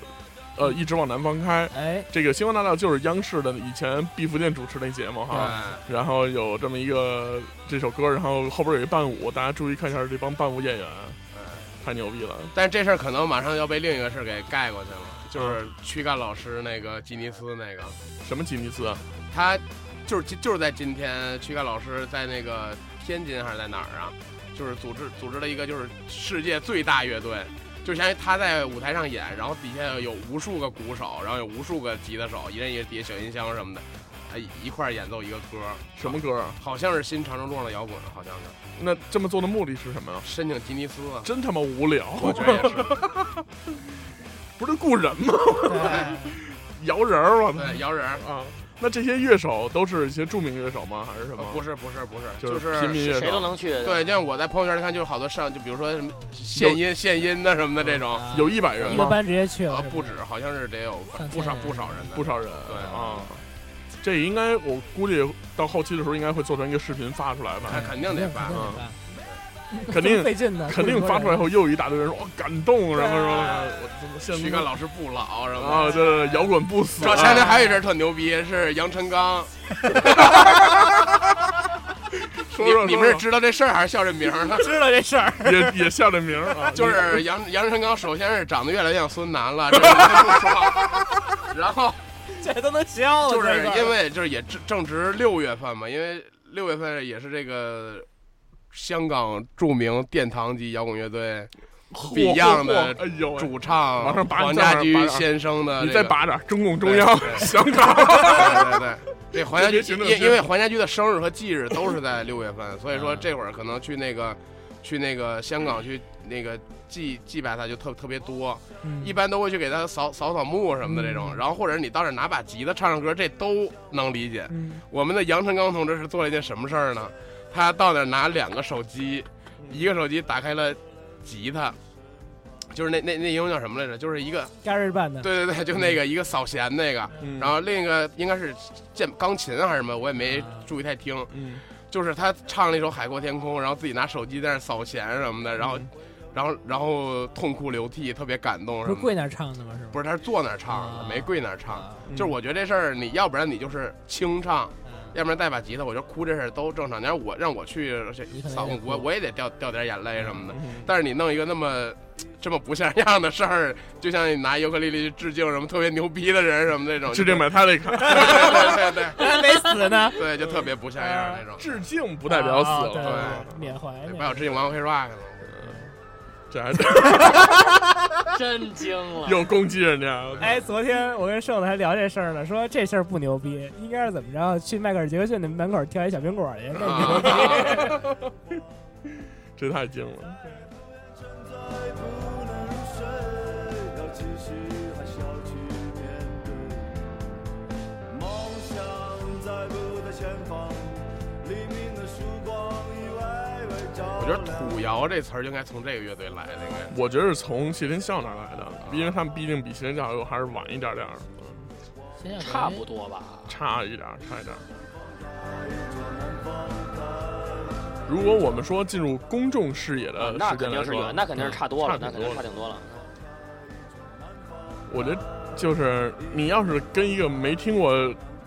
A: 呃，一直往南方开。
C: 哎，
A: 这个星光大道就是央视的以前毕福剑主持那节目
D: 哦
A: 哈，
D: 哎
A: 然后有这么一个这首歌，然后后边有一伴舞，大家注意看一下这帮伴舞演员，太牛逼了。
D: 哎但这事儿可能马上要被另一个事儿给盖过去了，就是躯干老师那个吉尼斯那个，
A: 什么吉尼斯？啊
D: 他就是就就是在今天，躯干老师在那个天津还是在哪儿啊？就是组织组织了一个就是世界最大乐队，就相当于他在舞台上演，然后底下有无数个鼓手，然后有无数个吉他手，一人一个底下小音箱什么的，他一块儿演奏一个歌，
A: 什么歌？啊？
D: 好像是新长城撞的摇滚，好像是
A: 那这么做的目的是什么呀？
D: 申请吉尼斯啊，
A: 真他妈无聊，
D: 我觉得也是。
A: 不是雇人吗？
C: 对，
A: 摇人儿，我操！
D: 对，摇人儿，
A: 啊，那这些乐手都是一些著名乐手吗？还是什么？
D: 呃不是不是不是，
A: 就是平民乐
E: 谁都
A: 手。
E: 能去。
D: 对，像我在朋友圈里看，就是好多上，就比如说什么献音献音的什么的这种，
A: 有一百人
C: 一个
A: 吗？
C: 班直接去了
D: 啊，
C: 是
D: 不
C: 是
D: 止，好像是得有
C: 上
D: 不
C: 千
D: 少
C: 人
D: 不少人的，
A: 不少人。
D: 对
A: 啊，这应该
D: 哎
A: 我估计到后期的时候应该会做成一个视频发出来吧
D: 那。肯定得发啊
A: 嗯肯
C: 肯定得办
A: 定
C: 费劲的，
A: 肯定发出来后又一大堆人说哇哦感动，然后说我怎么现
D: 啊徐
A: 在
D: 干老师不老什
A: 啊，
D: 么。
A: 对对对，摇滚不死
D: 说
A: 啊，
D: 前天还有一人特牛逼，是杨晨刚。
A: 说说
D: 你你们是
A: 说
D: 知道这事儿还是笑这名儿 呢？
C: 知道这事儿。
A: 说也也下这名儿啊，
D: 就是杨杨晨刚，首先是长得越来越像孙楠 了，这个不爽。然后
C: 这都能笑了，
D: 就是
C: 这个
D: 因为就是也正正值六月份嘛，因为六月份也是这个香港著名殿堂级摇滚乐队
A: 嚯
D: Beyond
A: 嚯
D: 的
A: 嚯哎呦喂，
D: 主唱
A: 往上拔
D: 黄
A: 你再
D: 家
A: 往上拔
D: 驹
A: 点儿
D: 先生的、这个，
A: 你再拔点儿中共中
D: 对
A: 央
D: 对
A: 香港，
D: 对对对，这黄家
A: 别
D: 驹
A: 停，
D: 因
A: 顿
D: 因
A: 先
D: 为黄家驹的生日和忌日都是在六月份，所以
C: 啊
D: 说这会儿可能去那个去那个香港去那个祭祭拜他就特特别多，
C: 嗯
D: 一般都会去给他扫扫扫墓什么的这种，
C: 嗯
D: 然后或者你到这儿拿把吉他唱唱歌，这都能理解。
C: 嗯
D: 我们的杨臣刚同志是做了一件什么事儿呢？他到那儿拿两个手机，一个手机打开了吉他。就是那那那英文叫什么来着？就是一个，
C: ，Gary 办的，
D: 对对对，就那
C: 嗯
D: 个一个扫弦那个，
A: 嗯
D: 然后另一个应该是键钢琴还是什么，我也
A: 啊
D: 没注意太听。
A: 嗯
D: 就是他唱了一首《海阔天空》，然后自己拿手机在那儿扫弦什么的，然后，
A: 嗯
D: 然后，然后痛哭流涕，特别感动什
C: 不是
D: 么的。
C: 跪那儿唱的吗？是吗？
D: 不是，他是坐那儿唱的，
C: 啊
D: 没跪那儿唱。
C: 啊，
A: 嗯
D: 就是我觉得这事儿，你要不然你就是清唱，
C: 嗯
D: 要不然带把吉他，我觉得哭这事儿都正常。你要我让我去
C: 你可能
D: 扫
C: 也得哭
D: 我我也得掉掉点眼泪什么的。
A: 嗯
D: 但是你弄一个那么这么不像样的事儿，就像你拿尤克里里去致敬什么特别牛逼的人什么那种，
A: 致敬
D: 对
A: Metallica，
D: 对对对。
C: 还嗯没死呢，
D: 对，就特别不像样那种。
A: 致敬不代表死
C: 啊
A: 了，
D: 对
C: 对，缅怀
D: 对
C: 那
D: 不要
C: 个
D: 致敬王黑 rock 了。
A: 这还得。
E: 真惊了
A: 又攻击 人家，
C: 哎，昨天我跟瘦子还聊这事儿呢，说这事儿不牛逼，应该是怎么着？去迈克尔·杰克逊的门口挑一小苹果去，那你
D: 啊
A: 这太精了。
D: 我觉得土窑这词儿应该从这个乐队来的，应该。
A: 我觉得是从谢天笑那儿来的，因为他们毕竟比谢天笑还是晚一点点儿，
E: 差不多吧，
A: 差一点儿，差一点儿。如果我们说进入公众视野呃的时间来
E: 啊
A: 说，嗯
E: 那肯定是远，那肯定是差多
A: 差
E: 了，那
A: 挺多
E: 肯定
A: 了
E: 是差挺多了。
A: 我觉得就是你要是跟一个没听过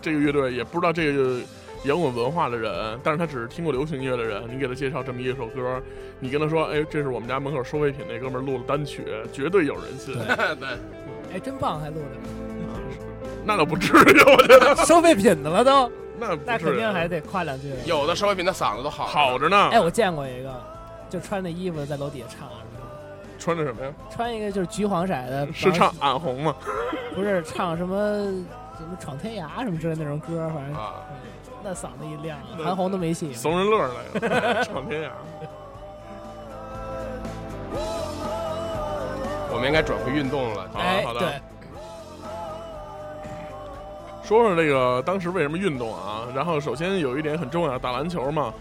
A: 这个乐队，也不知道这个摇滚文化的人，但是他只是听过流行乐的人，你给他介绍这么一首歌，你跟他说，哎，这是我们家门口收废品那哥们儿录的单曲，绝对有人信。
D: 对，
C: 哎，真棒，还录着，
A: 那倒不至于，我觉得
C: 收废品的 了都，
A: 那不
C: 那
A: 至于
C: 肯定还得夸两句。
D: 有的收尾品的嗓子都好。
A: 好，着 呢。
C: 哎，我见过一个，就穿着衣服在楼底下唱啊什么的，
A: 穿着什么呀？
C: 穿一个就是橘黄色的，
A: 是唱俺红吗？
C: 不是唱什么什么闯天涯什么之类的那种歌，反正
D: 啊，
C: 那嗓子一亮，
A: 那
C: 韩红都没戏。
A: 怂人乐儿来了， 闯天涯。
D: 我们应该转回运动了。
A: 好
C: 哎
A: 的，好，的
C: 对。，
A: 说说这个当时为什么运动啊？然后首先有一点很重要，打篮球嘛。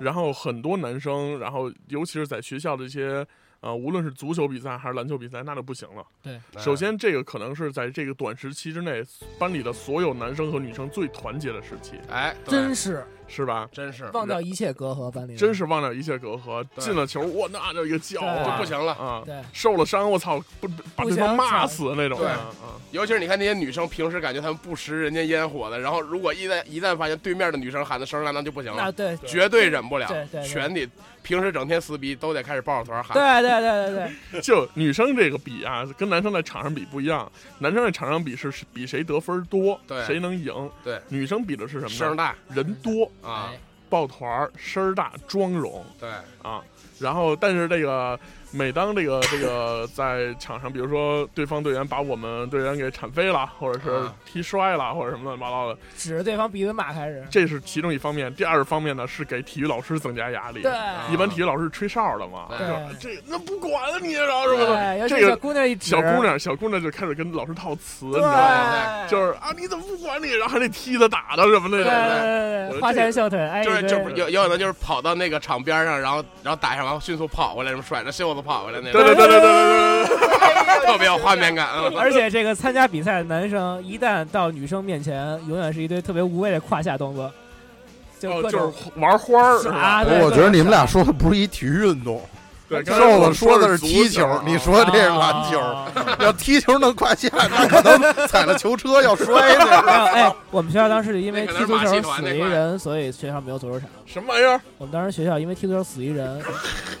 A: 然后很多男生，然后尤其是在学校的一些，呃，无论是足球比赛还是篮球比赛，那就不行了。
D: 哎
A: 首，先，这个可能是在这个短时期之内，班里的所有男生和女生最团结的时期，
D: 哎，对
C: 真是
A: 是吧？
D: 真是
C: 忘掉一切隔阂，班里
A: 真
C: 是
A: 是忘掉一切隔阂，
D: 对
A: 进了球，哇，那叫一个叫
C: 对
A: 啊，
D: 就不行了。
A: 啊！
C: 对，
A: 受了伤，我操，不把
C: 不
A: 对
C: 行
A: 方骂
C: 操
A: 死的那种
D: 对
A: 啊啊！
D: 尤其是你看那些女生，平时感觉她们不食人间烟火的，然后如果一旦一旦发现对面的女生喊的声儿大，那就不行
C: 那
D: 了，
C: 对
D: 绝对忍不了
C: 对对，对
D: 全得平时整天撕逼，都得开始抱着团喊。
C: 对对对对 对，
A: 就女生这个比啊，跟男生在场上比不一样。男生在场上比是是比谁得分多，
D: 对
A: 谁能赢。
D: 对，
A: 女生比的是什
D: 声儿
A: 么呢？
D: 大
A: 人多，
D: 啊，
A: 抱团儿，声儿大，妆容
D: 对，
A: 啊。然后，但是这个每当这个这个在场上，比如说对方队员把我们队员给铲飞了，或者是
D: 啊
A: 踢摔了，或者什么乱七八糟的，
C: 指着对方鼻子骂开始，
A: 这是其中一方面。第二方面呢，是给体育老师增加压力。
C: 对
A: 一般体育老师吹哨的嘛，
D: 对
A: 就这那不管了你，啊然后什么的，
C: 对，尤其
A: 这个
C: 小姑娘一指，
A: 小姑娘，小姑娘就开始跟老师套词，你知
C: 对，
A: 道吗？
D: 吗
A: 就是啊，你怎么不管你，然后还得踢他、打他什么的
C: 对
A: 那种。
C: 对对
A: 我
C: 对，花
A: 这个
C: 拳绣腿，哎，
D: 就是
C: 一堆
D: 就是有有可能就是跑到那个场边上，然后然后打一场，然后迅速跑回来，什么甩着袖子跑回来那
A: 对
D: 种，
A: 对对对对对对对，
D: 特别有画面感。 嗯
C: 而且这个参加比赛的男生，一旦到女生面前，永远是一堆特别无谓的胯下动作，就
A: 哦，
C: 各
A: 就
C: 种
A: 是玩花儿是吧？
C: 啊，对
B: 我觉得你们俩说的不是一体育运动，
A: 对，刚才
B: 瘦
A: 我
B: 子说的是
A: 足
B: 踢球
A: 啊，
B: 你说这是篮球。
C: 啊
B: 要踢球能胯下，那可能踩了球车要
C: 啊
B: 摔的。
C: 然后哎，我们学校当时因为
D: 那
C: 踢
D: 可能
C: 足
D: 是马戏
C: 球
D: 团
C: 死
D: 那
C: 一
D: 块儿
C: 人，所以学校没有足球场。
A: 啊什么玩意儿？
C: 我们当时学校因为踢足球死一人，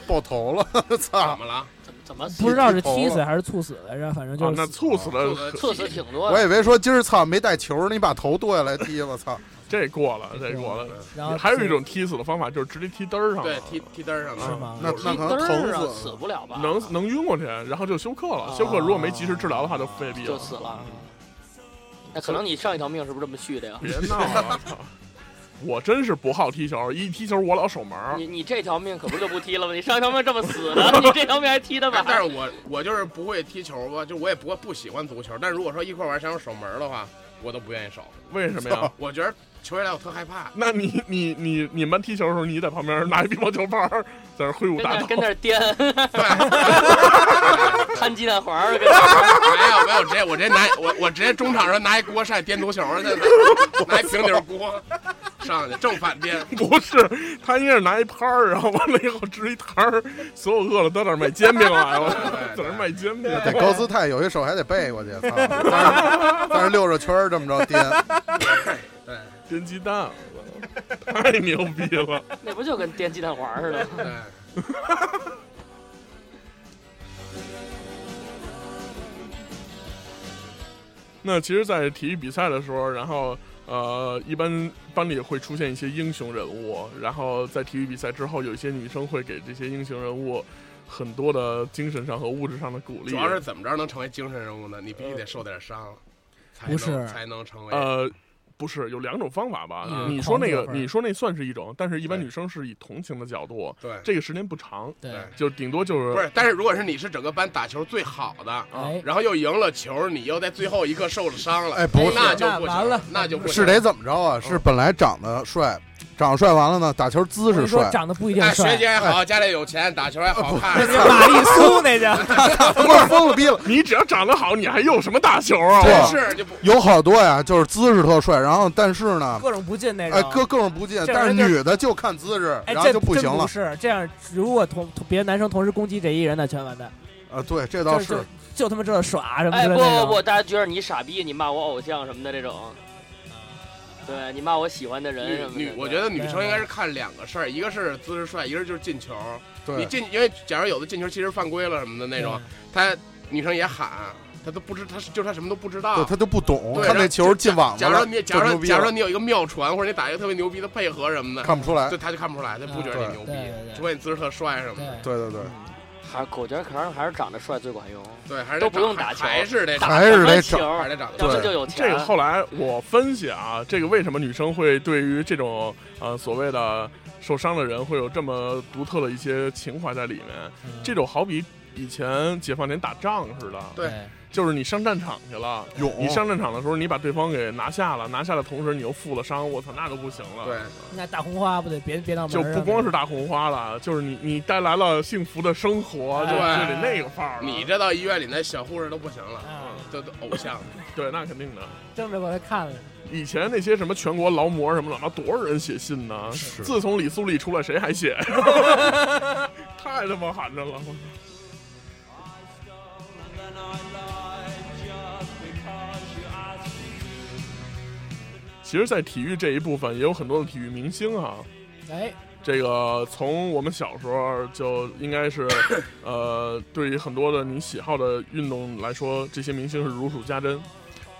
B: 爆头了，操
D: 怎！么了？
E: 怎么
C: 不知道是踢死还是猝死来着，反正
A: 啊
C: 就，
A: 那
C: 是死。
A: 猝死了，
E: 猝死挺多
B: 我
E: 的？
B: 以为说今儿操没带球，你把头剁下来踢了，操！
C: 嗯
A: 这过了，这过了。
C: 然后
A: 还有一种踢死的方法就是直接踢嘚儿上，
D: 对，踢踢嘚儿上
C: 是
D: 了。
C: 吗？
B: 嗯那
E: 踢
B: 那可能
E: 嘚
B: 疼
E: 儿啊，
B: 死
E: 死
B: 了。
E: 不了吧？
A: 能能晕过去，然后就休克了。
C: 啊
A: 休克如果没及时治疗的话，就废毙
E: 就
A: 了。
E: 死了。那可能你上一条命是不是这么续的呀？
A: 别闹了，操！ 我真是不好踢球，一踢球我老守门儿。
E: 你你这条命可不是就不踢了吗？你上一条命这么死了，你这条命还踢的
D: 哎
E: 吧？
D: 但是我我就是不会踢球吧，就我也不会不喜欢足球。但如果说一块玩想守门儿的话，我都不愿意守。
A: 为什么呀？
D: 我觉得球下来我特害怕。
A: 那你你你你们踢球的时候，你在旁边拿一乒乓球拍儿在那挥舞
E: 跟
A: 大
E: 那
A: 刀，
E: 跟那儿颠
D: 对，
E: 摊鸡蛋黄儿，跟那儿
D: 没有没有，直接我直接拿我我直接中场上拿一锅扇颠足球去，拿一平底锅上去正反颠。
A: 不是，他应该是拿一拍儿，然后完了以后支一摊儿，所有饿了都在那儿卖煎饼来了，在那儿卖煎饼。
B: 得高姿态，有一手还得背过去， 操！但是但是溜着圈儿这么着颠，
D: 对
A: 煎鸡蛋，太牛逼了！
E: 那不就跟颠鸡蛋黄儿似的？
D: 对，
A: 那其实，在体育比赛的时候，然后呃，一般班里会出现一些英雄人物，然后在体育比赛之后，有一些女生会给这些英雄人物很多的精神上和物质上的鼓励。
D: 主要是怎么着能成为精神人物呢？你必须得受点伤，才能
C: 不是
D: 才能成为。
A: 呃，不是有两种方法吧？
D: 哎嗯
A: 你说那
C: 狂
A: 个，
C: 减分
A: 你说那算是一种，但是一般
D: 对
A: 女生是以同情的角度，
D: 对，
A: 这个时间不长，
C: 对，
A: 就顶多就是
D: 不是，但是如果是你是整个班打球最好的，
E: 啊
C: 哎，
D: 然后又赢了球，你又在最后一刻受了伤了，
B: 哎不是
D: 那就不
C: 那完
D: 行
C: 了
D: 那就不行哎
B: 是得怎么着啊？是本来长得帅，长得帅完了呢，打球姿
C: 嗯我跟
B: 势
C: 你说
B: 帅，
C: 长得不一定
D: 哎，学
C: 帅，
D: 习还好，家里有钱，打球还好看，是吧
C: 玛丽苏那叫
B: 不是疯了逼了。
A: 你只要长得好，你还有什么打球啊？
B: 对
D: 真
B: 啊
D: 是就不
B: 有好多呀，就是姿势特帅，然后但是呢，
C: 各种不进那
B: 哎，
C: 种。
B: 各各种不进，
C: 这
B: 但是
C: 玩意儿就
B: 女的就看姿势，
C: 哎，
B: 然后
C: 这
B: 就不行
C: 真
B: 了
C: 不。是这样，如果同同别的男生同时攻击这一人，那全完蛋。
B: 啊，对，这倒
C: 就是就就他妈知道耍什么
E: 哎，
C: 之
E: 不
C: 类的。
E: 不不，大家觉得你傻逼，你骂我偶像什么的这种，对你骂我喜欢的人什么的。
D: 女女，
E: 对
D: 我觉得女生应该是看两个事儿，一个是姿势帅，一个就是进球。你
B: 对，
D: 进，因为假如有的进球其实犯规了什么的那种，她女生也喊，她都不知，她就是她什么都不知道
B: 对。他就不懂，
D: 啊对
B: 看
D: 然
B: 那
D: 后
B: 球进网子
D: 假如说
B: 了，
D: 你，假
B: 就
D: 如
B: 牛
D: 说
B: 逼
D: 假如说
B: 了，
D: 你有一个妙传，或者你打一个特别牛逼的配合什么的，
B: 看不出来。
D: 就她就看不出来，她不觉得
B: 啊
D: 你牛逼
C: 嗯对对，对
D: 除非你姿势特帅什么的。
B: 对对对，
E: 还是我觉得可能还是长得帅最管用，
D: 对，还是
E: 都
D: 得
E: 不用
D: 长
E: 打球
D: 还是得
E: 打
D: 长，
B: 还是得
E: 什么球
D: 还是
E: 儿
D: 得长得
E: 要
D: 帅
B: 对
E: 不就有钱。
A: 这个后来我分析啊，这个为什么女生会对于这种呃所谓的受伤的人会有这么独特的一些情怀在里面？
C: 嗯
A: 这种好比以前解放前打仗似的，
D: 对
A: 就是你上战场去了，
B: 勇，
A: 你上战场的时候你把对方给拿下了，拿下的同时你又负了伤，我操，那就不行了。
D: 对，
C: 那大红花不得别别闹门
A: 就
C: 儿啊
A: 不光是大红花了，就是你你带来了幸福的生活，就
C: 哎
A: 是得那个范儿了。
D: 你这到医院里那小护士都不行了，
C: 啊
D: 都都偶像。
A: 对，那肯定的。
C: 争着过来看了。
A: 以前那些什么全国劳模什么的，那多少人写信呢？
B: 是
A: 自从李素丽出来，谁还写？ 太他妈寒碜了！其实，在体育这一部分，也有很多的体育明星啊。
C: 哎，
A: 这个从我们小时候就应该是，呃，对于很多的你喜好的运动来说，这些明星是如数家珍。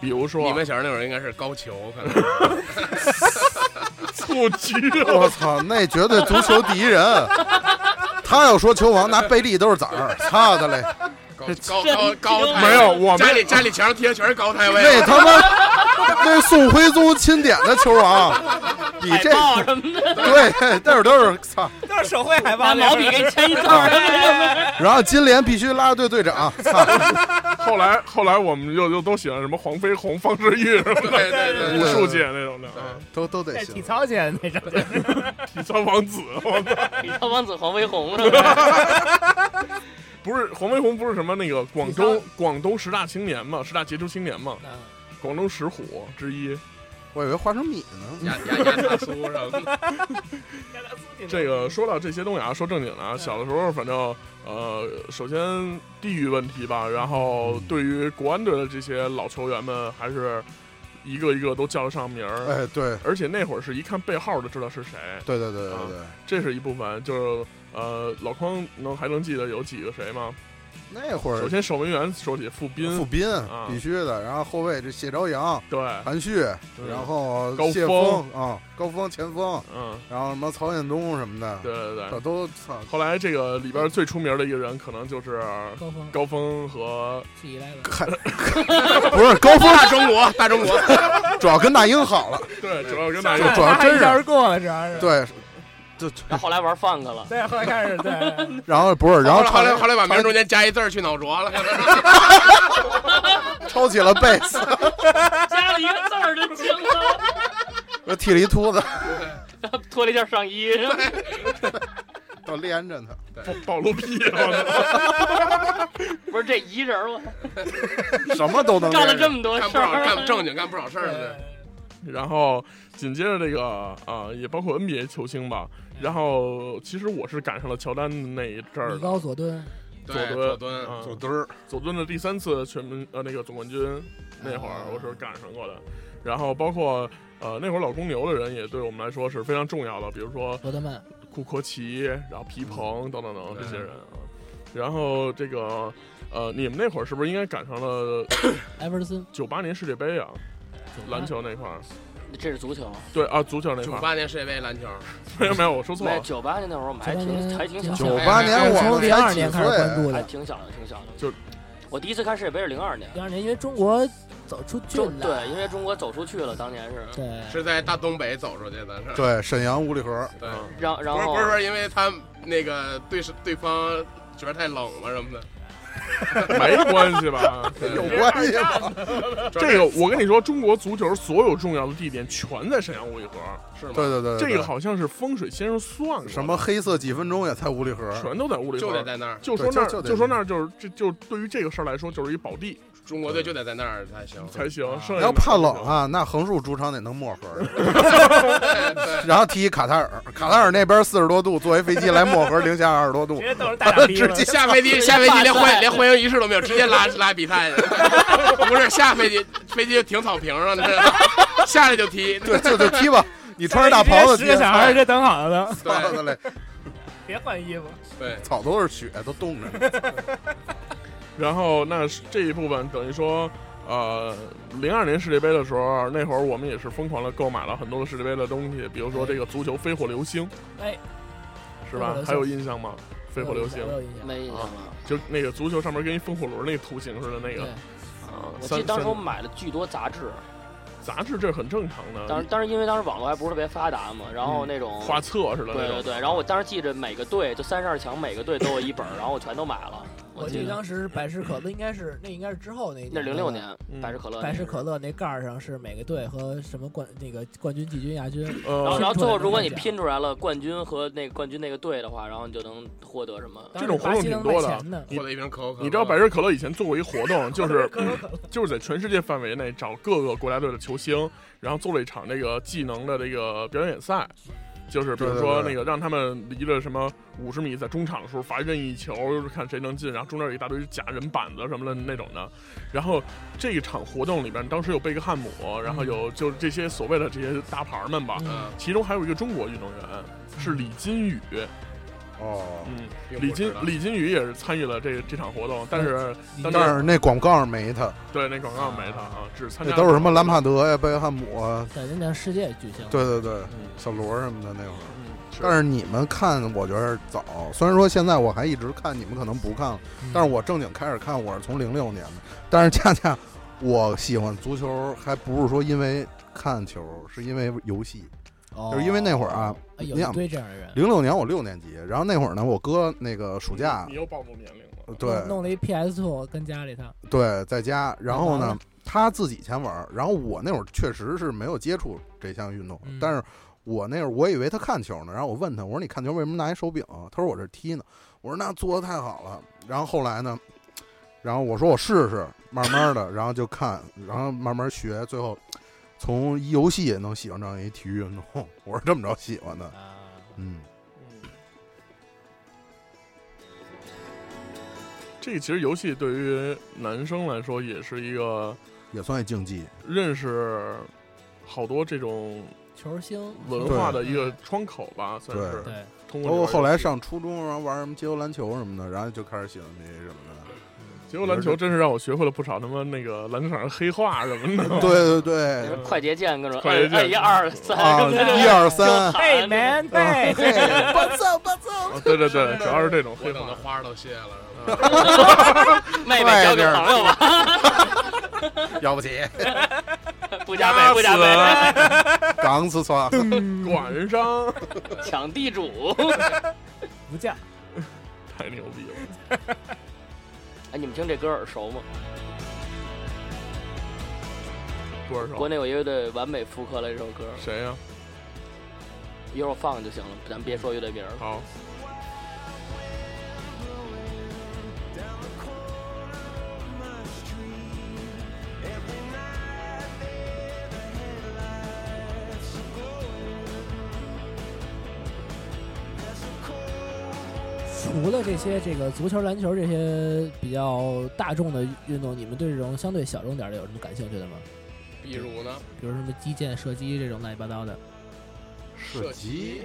A: 比如说，
D: 你们小时候那会儿应该是高俅，可能
A: 蹴鞠，
B: 我操，那绝对足球第一人。他要说球王拿贝利都是崽儿，操的嘞！
D: 高高高高太
A: 没有我们
D: 家里家里墙上贴的全是高太
B: 那
D: 尉，
B: 他妈，那宋徽宗钦点的球王，比
E: 海
B: 这
E: 报什么的，
B: 对，都是都是操。
C: 都是手绘海
E: 拿毛笔给签一字儿什么
B: 然后金莲必须拉队队长，操！
A: 后来后来我们又又都喜欢什么黄飞鸿、方世玉什么
D: 对
A: 的，
D: 对对
A: 武
D: 对，
A: 术界那种的，啊，
B: 都都得
C: 在体
B: 行。
C: 操界那 种，
A: 体操王子，我操！
E: 的，你当王子黄飞鸿什么的。
A: 不是黄飞鸿不是什么那个广
C: 体嗯
A: 州广东十大青年嘛，十大杰出青年嘛，广东十虎之一。
B: 我以为花生米呢。
D: 压压压大苏什么的，
A: 这个说到这些东西啊，说正经的啊，小的时候反正呃，首先地域问题吧，然后
B: 嗯
A: 对于国安队的这些老球员们，还是一个一个都叫得上名儿，
B: 哎，对，
A: 而且那会儿是一看背号就知道是谁，
B: 对对对对对，
A: 这是一部分。就是呃，老匡能还能记得有几个谁吗？
B: 那会
A: 首
B: 儿
A: 先守门员说起傅斌，
B: 哎傅斌
A: 啊
B: 必须的，然后后卫这谢朝阳、
A: 对，
B: 韩旭，然后
A: 高
B: 谢
A: 峰
B: 啊，高峰前锋，
A: 嗯，
B: 然后什么曹彦东什么的，
A: 对对对
B: 这。都操，
A: 后来这个里边最出名的一个人，可能就是
C: 高峰
A: 高峰和
C: 是依赖的，
B: 看不是高峰，
D: 大中国，大中国，
B: 主要跟大英好了，
A: 对，主要跟大
B: 就
A: 家
B: 主要真是
C: 一下就过了，主要是。
B: 对，就
E: 然后后来玩 funk 了，
C: 对，后来开始对，
B: 然后不是，然后
D: 后来后
B: 抄
D: 来把名中间加一字儿去脑浊了，
B: 抄起了贝斯，
E: 加了一个字儿就惊了，
B: 又剃了一秃子，
E: 脱了一件上衣，
B: 都连着呢。
A: 暴露屁，我
E: 不是这一人儿吗？
B: 什么都能
E: 干了
B: 连着
E: 这么多
D: 干
E: 事
D: 不少
E: 儿，
D: 干正经干不少事儿呢。
A: 然后紧接着这个啊、也包括 NBA 球星吧。然后其实我是赶上了乔丹的那一阵儿
F: 米
A: 的
F: 高佐敦，
D: 对，
A: 左
D: 左
A: 敦，
D: 敦，
A: 嗯
B: 墩儿，
A: 左敦的第三次全民呃那个总冠军那会儿我是赶上过的。然后包括呃那会儿老公牛的人也对我们来说是非常重要的，比如说
F: 罗德曼，
A: 库科奇，然后皮蓬等等等
D: 对
A: 这些人啊。然后这个呃你们那会儿是不是应该赶上了
F: 埃弗森，
A: 九八年世界杯啊？篮球那块儿，
E: 这是足球，
A: 对啊，足球那
D: 九
A: 块儿，
D: 八年世界杯篮球，
A: 没有没有，我说错
E: 没有
A: 了，
E: 九八年那会儿我们还
F: 98
E: 挺
F: 年
E: 还挺
F: 挺
E: 小
F: 小
B: 九
E: 的，
B: 八年哎我
F: 从
B: 们
F: 零
B: 才
F: 二
B: 几
F: 年开始关
B: 岁？
F: 注
E: 还
F: 的，
E: 挺小的，挺小的。
A: 就
E: 我第一次看世界杯是零二年，
F: 零二年因为中国走出去
E: 就
F: 了，
E: 对，因为中国走出去了，当年是，
F: 对，
D: 是在大东北走出去的，是吧
B: 对，沈阳五里河，
D: 对。
A: 嗯
E: 然然
D: 不是
E: 后
D: 不是说因为他那个对是对方觉得太冷了什么的，
A: 没关系吧？
B: 有关系吗？
A: 这个我跟你说，中国足球所有重要的地点全在沈阳五里河，是吗？
B: 对对对，对
A: 这个好像是风水先生算过的，
B: 什么黑色几分钟也才五里河，
A: 全都在五里
D: 就
A: 河
D: 得。在那儿，
A: 就说那儿，
B: 对就就得
A: 就说那儿就是这就对于这个事儿来说，就是一宝地
D: 中国队就得在那儿才行。
A: 才行。剩
B: 你
A: 下
B: 要
A: 的
B: 怕冷啊，那横竖主场得能漠河，
D: 对
B: 然后踢卡塔尔，卡塔尔那边四十多度，坐一飞机来漠河零下二十多度
C: 直，接都是大傻逼了
B: 直。接
D: 下飞机，下飞机连欢连欢迎仪式都没有，直接拉拉比 赛去。不是下飞机，飞机就停草坪上，这下来就踢。
B: 对，就就踢吧。你穿着大袍子
C: 十
B: 踢，
C: 个小孩儿这等好了都，
B: 操他嘞，
C: 别换衣 服。
D: 对，
B: 草都是雪，都冻着呢。
A: 然后那是这一部分等于说，呃，零二年世界杯的时候，那会儿我们也是疯狂的购买了很多的世界杯的东西，比如说这个足球飞火流星，
F: 哎，飞
A: 是
F: 火
A: 吧？
F: 流星
A: 还有印象吗？飞火流星
F: 我有印象，
E: 没
D: 啊
E: 印象了。
A: 就那个足球上面跟一风火轮那个图形似的那个
F: 对
A: 啊，
E: 我记
A: 三
E: 得当时
A: 三
E: 我买了巨多杂志，
D: 啊
A: 杂志这是很正常的，
E: 当时当时因为当时网络还不是特别发达嘛，然
D: 嗯
E: 后那种
A: 画册似的那
E: 对
A: 种
E: 对。对，然后我当时记着每个队就三十二强，每个队都有一本儿，然后我全都买 了。
F: 我记
E: 记
F: 得
E: 得
F: 当时百事可乐应该是那应该是之后那一
E: 那
F: 年
E: 零六年
A: 嗯
E: 百事可乐，
F: 百事可乐那盖儿上是每个队和什么冠那个冠军、季军、亚军，
E: 然后
A: 呃，
E: 然后最后如果你拼出来了冠军和那个冠军那个队的话，然后你就能获得什么？
A: 这种活动挺多的
F: 当时巴西能卖钱的，
D: 获得一瓶可口可乐。
A: 你知道百事可乐以前做过一活 动，就是就是在全世界范围内找各个国家队的球星，然后做了一场那个技能的这个表演赛。就是比如说
B: 对对对
A: 那个让他们离了什么五十米，在中场的时候罚任意球，看谁能进，然后中间有一大堆假人板子什么的那种的。然后这一场活动里边，当时有贝克汉姆，然后
B: 嗯
A: 有就是这些所谓的这些大牌儿们吧，
D: 嗯，
A: 其中还有一个中国运动员是李金羽，
B: 嗯哦，
A: 嗯，
D: 并不
A: 李金
D: 知道
A: 李金羽也是参与了这这场活动，但是但
B: 但是那广告上没他，
C: 嗯
A: 对那广告没他啊，只参加
B: 那都是什么兰帕德呀、贝克汉姆啊，
F: 在那叫世界巨星，
B: 对对对，
A: 嗯
B: 小罗什么的那会儿。
A: 嗯是
B: 但是你们看，我觉得早。虽然说现在我还一直看，你们可能不看了，
A: 嗯
B: 但是我正经开始看，我是从零六年的。但是恰恰我喜欢足球，还不是说因为看球，是因为游戏。
F: 哦
B: 就是因为那会儿啊，
F: 哎有
B: 你
F: 一
B: 想
F: 堆这样的人，
B: 零六年我六年级，然后那会儿呢，我哥那个暑假
A: 你你，又暴露年龄了，
B: 对
F: 弄弄了一 PS Two 跟家里头，
B: 对，在家，然后
F: 完
B: 呢
F: 了，
B: 他自己先玩儿，然后我那会儿确实是没有接触这项运动，
F: 嗯
B: 但是我那会儿我以为他看球呢，然后我问他，我说你看球为什么拿一手柄啊、他说我这踢呢，我说那做的太好了，然后后来呢，然后我说我试试，慢慢的，然后就看，然后慢慢学，最后。从一游戏也能喜欢上一体育运动，我是这么着喜欢的。
F: 啊，
B: 嗯，
A: 这其实游戏对于男生来说也是一个
B: 也算一竞技。
A: 认识好多这种
F: 球星
A: 文化的一个窗口吧，算是
B: 对
F: 对，
A: 通过这
B: 包括
A: 玩
B: 后来
A: 游戏，
B: 上初中，然后玩什么街头篮球什么的，然后就开始喜欢 NBA 什么的。
A: 结果篮球真是让我学会了不少他妈那个篮球场上黑话什么的。
B: 对对 对
E: 你说，快捷键各种
A: 快捷
E: 按
A: 键哦
E: 按一二三，
B: 啊，
E: 对对
B: 一二三，
F: 哎
C: 嘿，man，对，
B: 不走不走。
A: 啊对对对，主要是这种
D: 我
A: 黑
D: 等的
A: 话。
D: 花儿都谢了，
E: 妹妹交给朋友吧，
B: 要不起，
E: 不加倍不加倍，
B: 刚刺穿。
A: 管上
E: 抢地主。
C: 不叫。
A: 太牛逼了！
E: 哎，你们听这歌耳熟吗？
A: 多少
E: 国内有一个乐队完美复刻了这首歌，
A: 谁呀、
E: 一会儿我放就行了，咱别说乐队名儿了。
A: 好，
F: 除了这些这个足球、篮球这些比较大众的运动，你们对这种相对小众点儿的有什么感兴趣的吗？
D: 比如呢，
F: 比如什么击剑、射击这种乱七八糟的，
B: 射击
D: 击，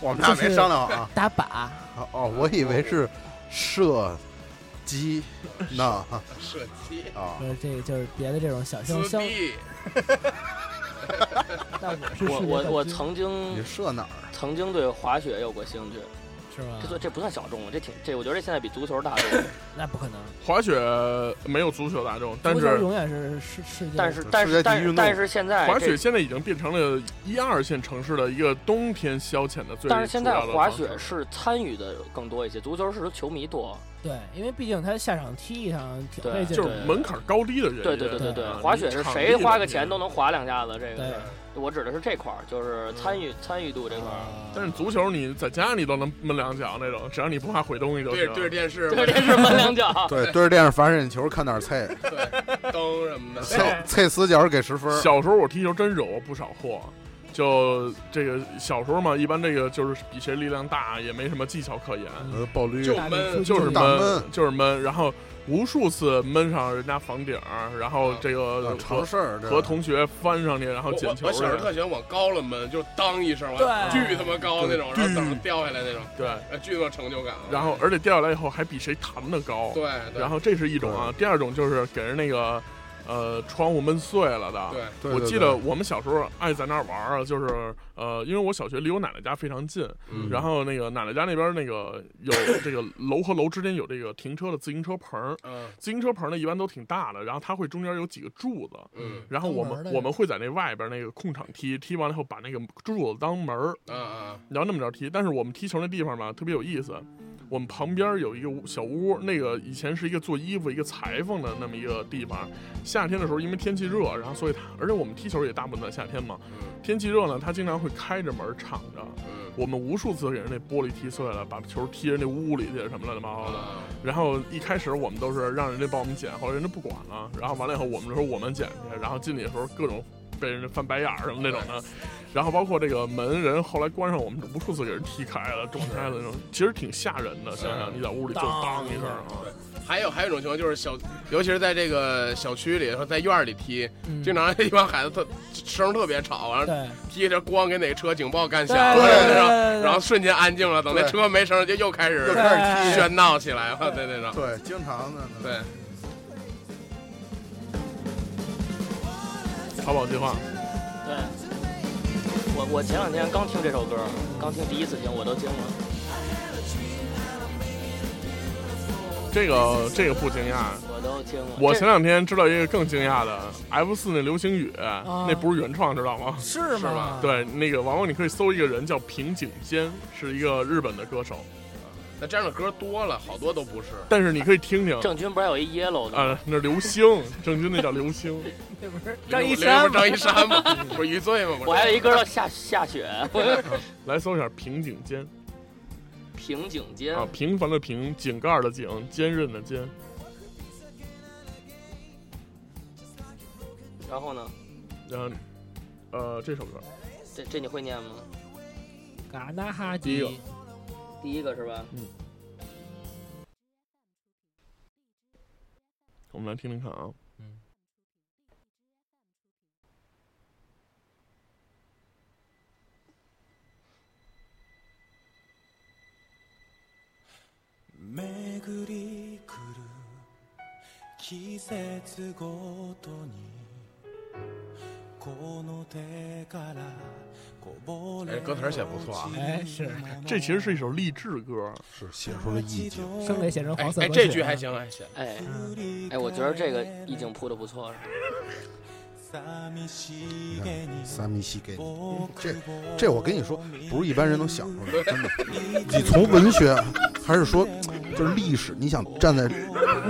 B: 我们俩没商量啊。
F: 打靶、
B: 哦，我以为是射击呢
D: 射击，
B: 啊
F: 不。是呃这个就是别的这种小项
D: 撕
F: 相。
D: 逼，
F: 但我是
E: 我
F: 世界
E: 我
F: 冠
E: 我
F: 军
E: 曾
B: 你
E: 经
B: 射哪儿？啊
E: 曾经对滑雪有过兴趣，
F: 是
A: 啊
F: 吗
E: 这？算这不算小众了，这挺这我觉得这现在比足球大 众，
F: 那不可能，
A: 滑雪没有足球大众，但
F: 足球
A: 是
F: 永远是世世界。
E: 但是但
B: 世界
E: 是
B: 级
E: 但
B: 运动
E: 是但是现在
A: 滑
E: 哎这
A: 雪现在已经变成了一二线城市的一个冬天消遣的最主要
E: 但
A: 的方式。
E: 是现在滑雪是参与的更多一些，足球是球迷多。
F: 对，因为毕竟他下场踢一场挺
E: 对
F: 费劲
A: 就是
F: 的。
A: 门槛高低的原因。
E: 对对对对对
A: 啊，
E: 滑雪是谁花个钱都。
A: 你场地的问题
E: 能滑两下子，这
F: 对
E: 个我指的是这块儿，就是参
A: 嗯
E: 与参与度这块儿。
F: 啊
A: 但是足球你在家你都能闷两脚那种，只要你不怕毁东西就
D: 对着
A: 行。
D: 对着电视，
E: 对，这是门两脚。
B: 对，对着电视罚任意球，看点儿菜，
D: 灯什么的，哎
B: 菜菜死角给十分儿。
A: 小时候我踢球真惹过不少祸，就这个小时候嘛，一般这个就是比谁力量大，也没什么技巧可言，
B: 呃，爆绿
D: 嗯就
F: 大力
D: 闷
F: 出
A: 就是
F: 击
B: 大闷
A: 闷，就是闷，然后无数次闷上人家房顶儿，然
D: 啊
A: 后这个
B: 呃常
A: 和
B: 事儿，这
A: 和同学翻上去，然后
D: 我
A: 捡
D: 我
A: 球
D: 我小时候
A: 去，
D: 特喜欢往高了闷，就当一声，我
F: 对
D: 巨他妈高那种，然后等着掉下来那种，
A: 对，
D: 呃，巨有成就感。
A: 然后而且掉下来以后还比谁弹得高，
D: 对，对
A: 然后这是一种啊，第二种就是给人那个呃窗户闷碎了的，
D: 对，
B: 对
A: 我
B: 对
A: 记
B: 对
A: 得我们小时候爱在那儿玩儿啊，就是呃，因为我小学离我奶奶家非常近，
D: 嗯
A: 然后那个奶奶家那边那个有 这个楼和楼之间有这个停车的自行车棚儿，
D: 嗯
A: 自行车棚儿呢一般都挺大的，然后它会中间有几个柱子，
D: 嗯
A: 然后我
F: 当门儿
A: 们
F: 的
A: 我们会在那外边那个空场踢，踢完了以后把那个柱子当门儿，
D: 啊啊，
A: 你要那么着踢。但是我们踢球那地方吧特别有意思，我们旁边有一个屋小屋，那个以前是一个做衣服、一个裁缝的那么一个地方。夏天的时候因为天气热，然后所以它而且我们踢球也大部分在夏天嘛，
D: 嗯
A: 天气热呢，它经常会开着门儿敞着。
D: 嗯
A: 我们无数次给人那玻璃踢碎了，把球踢人那屋里去什么乱七八糟的。
D: 啊，
A: 然后一开始我们都是让人家帮我们捡，后来人家不管了，然后完了以后我们说我们捡去，然后进去的时候各种被人家翻白眼儿什么那种的，然后包括这个门人后来关上，我们无数次给人踢开了、撞开了那种，其实挺吓人的。想想你在屋里就嗯当一声啊，
D: 还有还有一种情况就是小，尤其是在这个小区里或者在院儿里踢，
F: 嗯
D: 经常一 帮孩子特声特别吵，然后
F: 对
D: 踢着咣给哪个车警报干响
F: 对
D: 了，
B: 对
D: 然后
F: 对
D: 然后瞬间安静了，等那
B: 对
D: 车没声儿就又开始
B: 又开始踢
D: 喧闹起来了，对那种，
B: 对，经常的。
D: 对，
A: 淘宝计划
E: 对，我我前两天刚听这首歌，刚听第一次听我都惊了。
A: 这个这个不惊讶。
E: 我都惊了。
A: 我
E: 这
A: 前两天知道一个更惊讶的，F 四那流星雨，那不是原创，知道吗？
F: 是
D: 是吧
F: 吗？，
A: 对，那个王王，你可以搜一个人叫平井坚，是一个日本的歌手，
D: 那这样的歌多了，好多都不是。
A: 但是你可以听听，
E: 郑钧不是还有一 yellow 的吗？
A: 啊，那是流星，郑钧那叫流星，
F: 那不是
D: 张
F: 张
D: 一
F: 一
D: 山
F: 山
D: 不是张一山吗？不是余罪吗？不是
E: 我还有一歌叫下下雪，
A: 来搜一下平井坚
E: 平井间
A: 啊，平凡的平，井盖的井，坚韧的坚，
E: 然后呢，
A: 然后，嗯呃，这首歌
E: 这这你会念吗？
F: 嘎纳哈
A: 第一个
F: 基，
E: 第一个是吧？
A: 我们来听听看啊。
F: 嗯
G: 巡り来る季節ごとにこの手からこぼれ
D: 哎歌词写不错啊
G: 哎
F: 哎是
A: 这其实是一首励志
D: 哦
A: 歌，
B: 是写出了意境。
C: 生给写成
D: 哎
C: 黄色
D: 哎，
C: 歌
D: 这
C: 曲
D: 句
C: 啊
D: 还行，还行。
E: 哎哎，我觉得这个意境铺的不错，啊
B: 三米西给你，
G: 这
B: 这我跟你说，不是一般人能想出来的，真的。你从文学，还是说就是历史，你想站在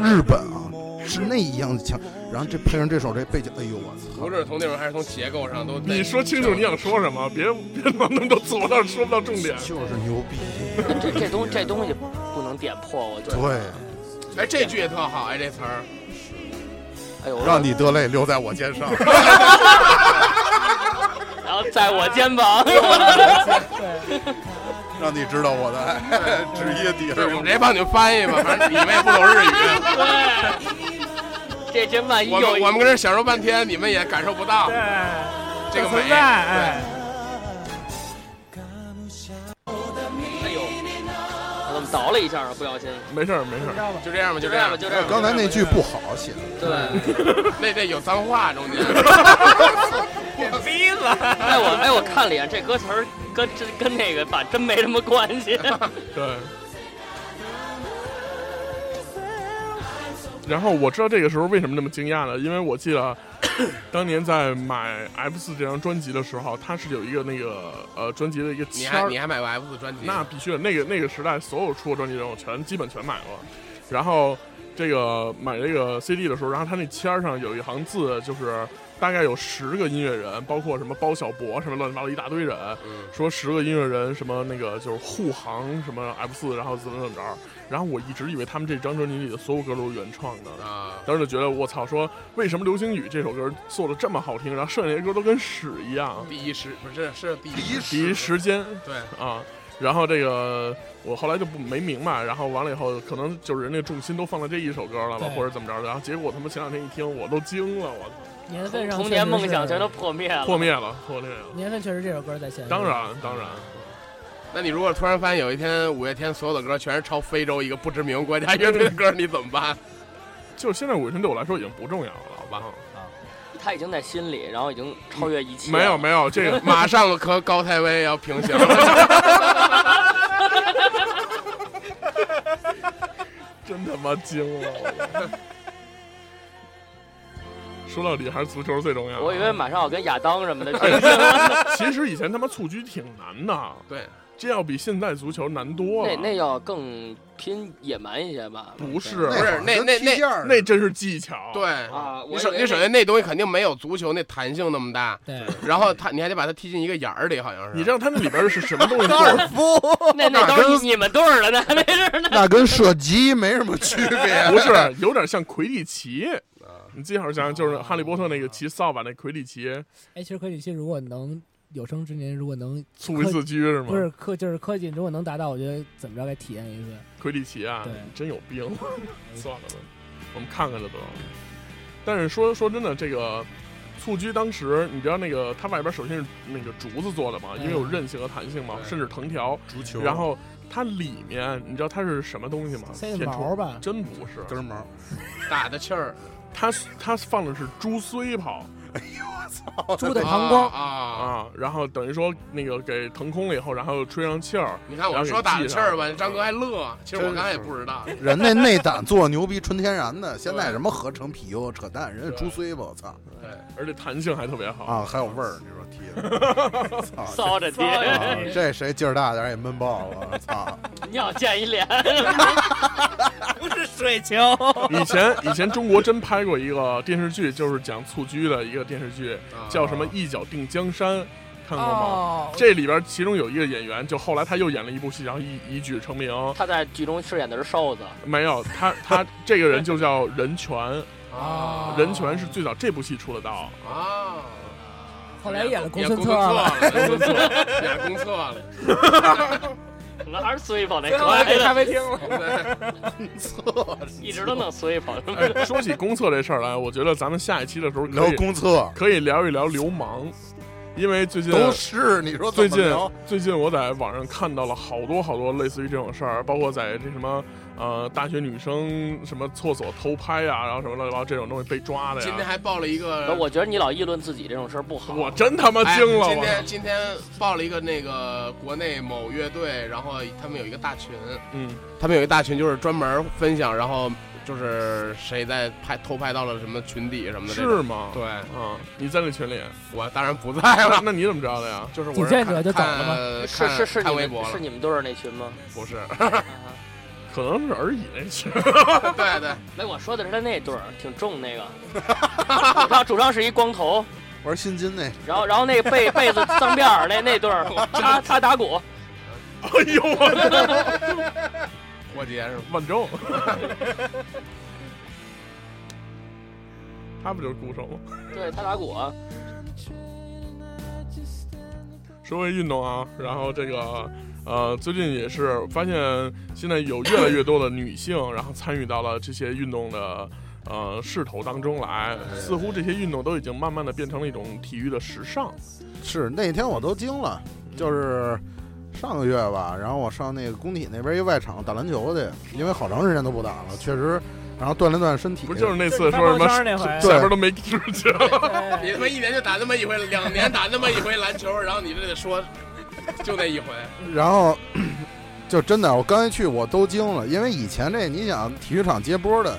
B: 日本啊，是那一样的强，然后这配上这首这背景，哎呦我操！
D: 无论是从内容还是从结构上，都得
A: 你说清楚你想说什么，别别老那么多词，我倒是说不到重点。
B: 就是牛逼，
E: 这这东这东西不能点破，我觉得。
B: 对，
D: 哎，这句也特好，哎，这词儿，
E: 哎呦，
B: 让你得泪流在我肩上。
E: 然后在我肩膀，
B: 让你知道我的爱，直接底
D: 对，我们直接帮你们翻译吧，反正你们也不懂日语，
E: 这真万一
D: 我
E: 有
D: 们我们跟这享受半天，你们也感受不到
C: 对，
D: 这个
C: 不
D: 美
C: 存。在，哎，
E: 哎呦，我怎么倒了一下啊？不小心，
A: 没事儿，没事
C: 知
A: 儿，
C: 道吧？
D: 对就这样吧，就这样吧，
E: 就这样吧
B: 刚才那句不好写的，
E: 对，
D: 那那有脏话中间，
C: 逼了，
E: 哎我哎我看了一眼这歌词儿，跟这跟那个版真没什么关系。
A: 对。然后我知道这个时候为什么那么惊讶呢？因为我记得当年在买 F 四这张专辑的时候，它是有一个那个呃专辑的一个
D: 你
A: 签
D: 还
A: 儿
D: 你，还买过 F 四专辑？
A: 那必须的，那个那个时代所有出的专辑人我全基本全买过，然后这个买这个 CD 的时候，然后它那签儿上有一行字，就是大概有十个音乐人，包括什么包小博什么乱七八糟一大堆人，
D: 嗯，
A: 说十个音乐人什么那个就是护航什么 F 四，然后怎么怎么着，然后我一直以为他们这张专辑里的所有歌都是原创的。
D: 啊，
A: 当时就觉得我操，说为什么《流星雨》这首歌做的这么好听，然后剩下那些歌都跟屎一样。
D: 第一时不是是第一
A: 第一时间
D: 对，
A: 啊。然后这个我后来就不没明白，然后完了以后，可能就是人家重心都放在这一首歌了吧，
F: 对
A: 或者怎么着的。然后结果他妈前两天一听，我都惊了，我操，
F: 年份上
E: 童
F: 确
E: 年
F: 实
E: 梦想
F: 是
E: 全都破灭了。
A: 破灭了，破灭了。
F: 年份确实这首歌在前。
A: 当然，当然，
D: 那你如果突然发现有一天五月天所有的歌全是抄非洲一个不知名国家乐队的歌，你怎么办？
A: 就是现在五月天对我来说已经不重要了，好吧？
E: 他已经在心里，然后已经超越一切。
A: 没有，没有，这 个
D: 马上和高太威要平行了，
A: 真他妈惊了！我 说到底还是足球最重要。啊
E: 我以为马上要跟亚当什么的去。
A: 其实以前他妈蹴鞠挺难的，
D: 对，
A: 这要比现在足球难多了。
E: 那那要更拼野蛮一些吧？
A: 不是
D: 不是那那那
A: 那真是技巧。
D: 对。
E: 啊，我
D: 你
E: 以
D: 首
E: 为
D: 你首先那东西肯定没有足球那弹性那么大，
F: 对，
D: 然后他你还得把它踢进一个眼儿里，好像是。
A: 你知道他那里边是什么东西？做的？
E: 那那都是你你们队儿的，那那是那
B: 那跟射击没什么区别。
A: 不是，有点像魁地奇。你记好像就是哈利波特那个骑扫把那魁地奇
F: 哎，其实魁地奇如果能有生之年如果能
A: 促一次鞠是吗？
F: 不是科就是科技，如果能达到，我觉得怎么着该体验一次。
A: 魁地奇啊，
F: 对
A: 你真有 病！算了吧，我们看看这都。但是说说真的，这个蹴鞠当时你知道那个它外边首先是那个竹子做的嘛，因为有韧性和弹性嘛，
D: 对
A: 甚至藤条。
B: 足球
A: 然后它里面你知道它是什么东西吗？
F: 塞的
A: 铁
F: 毛
A: 锤？
F: 吧，
A: 真不是，
B: 根毛，
D: 打的气儿，
A: 它它放的是猪髓泡
F: 猪的膀胱，
D: 啊！啊
A: 啊，然后等于说那个给腾空了以后，然后吹上气儿，
D: 你看
A: 然
D: 我
A: 后
D: 说
A: 给
D: 打
A: 系
D: 的气
A: 上
D: 儿吧，张哥还乐。其实我刚才也不知道，
B: 人那内胆做牛逼，纯天然的。现在什么合成皮油扯淡，人家猪髓吧，我操
D: 对，
A: 而且弹性还特别好。
B: 啊，还有味儿，你 说踢的，操！
E: 骚着爹，
B: 啊这谁劲儿大点儿也闷爆了，我操！
E: 尿溅一脸。
C: 不是水球，
A: 以前以前中国真拍过一个电视剧，就是讲蹴鞠的一个电视剧，
D: 啊
A: 叫什么《一脚定江山》，看过吗？
C: 哦，
A: 这里边其中有一个演员，就后来他又演了一部戏，然后一一举成名。
E: 他在剧中饰演的是瘦 子，
B: 哦
A: 没有他，他这个人就叫任泉，
D: 啊
A: 人权是最早这部戏出的道，
D: 啊，
C: 后来演了公
D: 公
C: 孙
D: 策
C: 策了，
D: 演公策了，演公策了，
E: 可能还是 Swift 那
C: 最后还给
E: 个，
C: 咖啡厅了。
D: 对
E: 一直都弄 Swift。
A: 哎，说起公厕这事儿来，我觉得咱们下一期的时候 可
B: 聊
A: 以
B: 公厕
A: 可以聊一聊流氓，因为最近
B: 都是你说
A: 最
B: 怎么
A: 近
B: 聊
A: 最近我在网上看到了好多好多类似于这种事儿，包括在这什么呃大学女生什么厕所偷拍啊，然后什么乱七八糟这种东西被抓的
D: 今天
A: 呀，
D: 还报了一个
E: 不是， 我觉得你老议论自己这种事儿不好。
A: 我真他妈 惊了，
D: 哎今
A: 我
D: 天今天报了一个那个国内某乐队，然后他们有一个大群，
A: 嗯，
D: 他们有一大群就是专门分享，然后就是谁在拍偷拍到了什么群底什么的这种。
A: 是吗？
D: 对，哎
A: 嗯，你在那群里，
D: 我当然不在
A: 那
D: 了，
A: 那你怎么知道的呀？
D: 就是我
C: 紧接着就走了吗
D: 吗
E: 是是是
D: 看
E: 你
D: 微博
E: 们
D: 了
E: 是，你们队儿那群吗？
D: 不是，
A: 可能是而已那群，
D: 对对，
E: 没，我说的是他那队儿，挺重那个。主唱主唱是一光头，
B: 玩新金那
E: 然后然后那个被被子脏辫儿那那队儿，他他打鼓，
A: 哎呦我
D: 过节是吗？
A: 万州， 他不就是鼓手吗？
E: 对他打鼓啊。
A: 说回运动啊，然后这个呃，最近也是发现现在有越来越多的女性，然后参与到了这些运动的呃势头当中来，似乎这些运动都已经慢慢的变成了一种体育的时尚。
B: 是那天我都惊了，就是上个月吧，然后我上那个工体那边一外场打篮球去，因为好长时间都不打了，确实，然后锻炼锻炼身体。
A: 不是就是那
C: 就
A: 次
C: 是
A: 说什么
C: 发朋友圈那回
A: 下边都没知觉了，
D: 你他妈一年就打那么一回，两年打那么一回篮球，然后你这得说，就那一回，
B: 然后就真的，我刚一去我都惊了，因为以前这你想体育场接波的，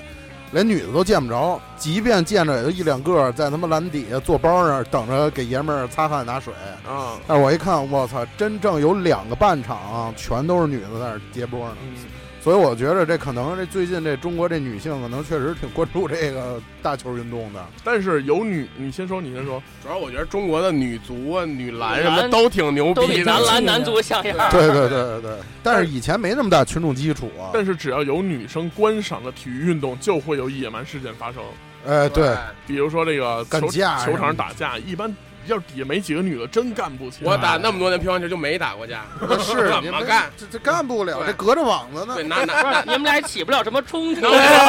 B: 连女的都见不着，即便见着有一两个在他妈篮底下坐包那儿等着给爷们儿擦汗拿水。
A: 啊，
B: 但是我一看，我操，真正有两个半场全都是女的在那儿接波呢。
A: 嗯，
B: 所以我觉得这可能这最近这中国这女性可能确实挺关注这个大球运动的。
A: 但是有女，你先说，你先说，
D: 主要我觉得中国的女足啊、女篮什
E: 女
D: 么
E: 篮
D: 都挺牛
E: 都
D: 逼
E: 比
D: 的
E: 男，篮男足像样。
B: 对对对对对，但是以前没那么大群众基础啊。
A: 但是只要有女生观赏的体育运动，就会有野蛮事件发生，
B: 哎，对，
A: 比如说这个
B: 干
A: 球
B: 架
A: 球场打架，一般要是底下没几个女的，真干不起来。
D: 我打那么多年乒乓球就没打过架，
B: 是
D: 怎
B: 你
D: 么
B: 们
D: 干？
B: 这这干不了，
D: 对
B: 这隔着网子呢
D: 对，。拿拿
E: 不是，你们俩起不了什么冲突。
D: 能打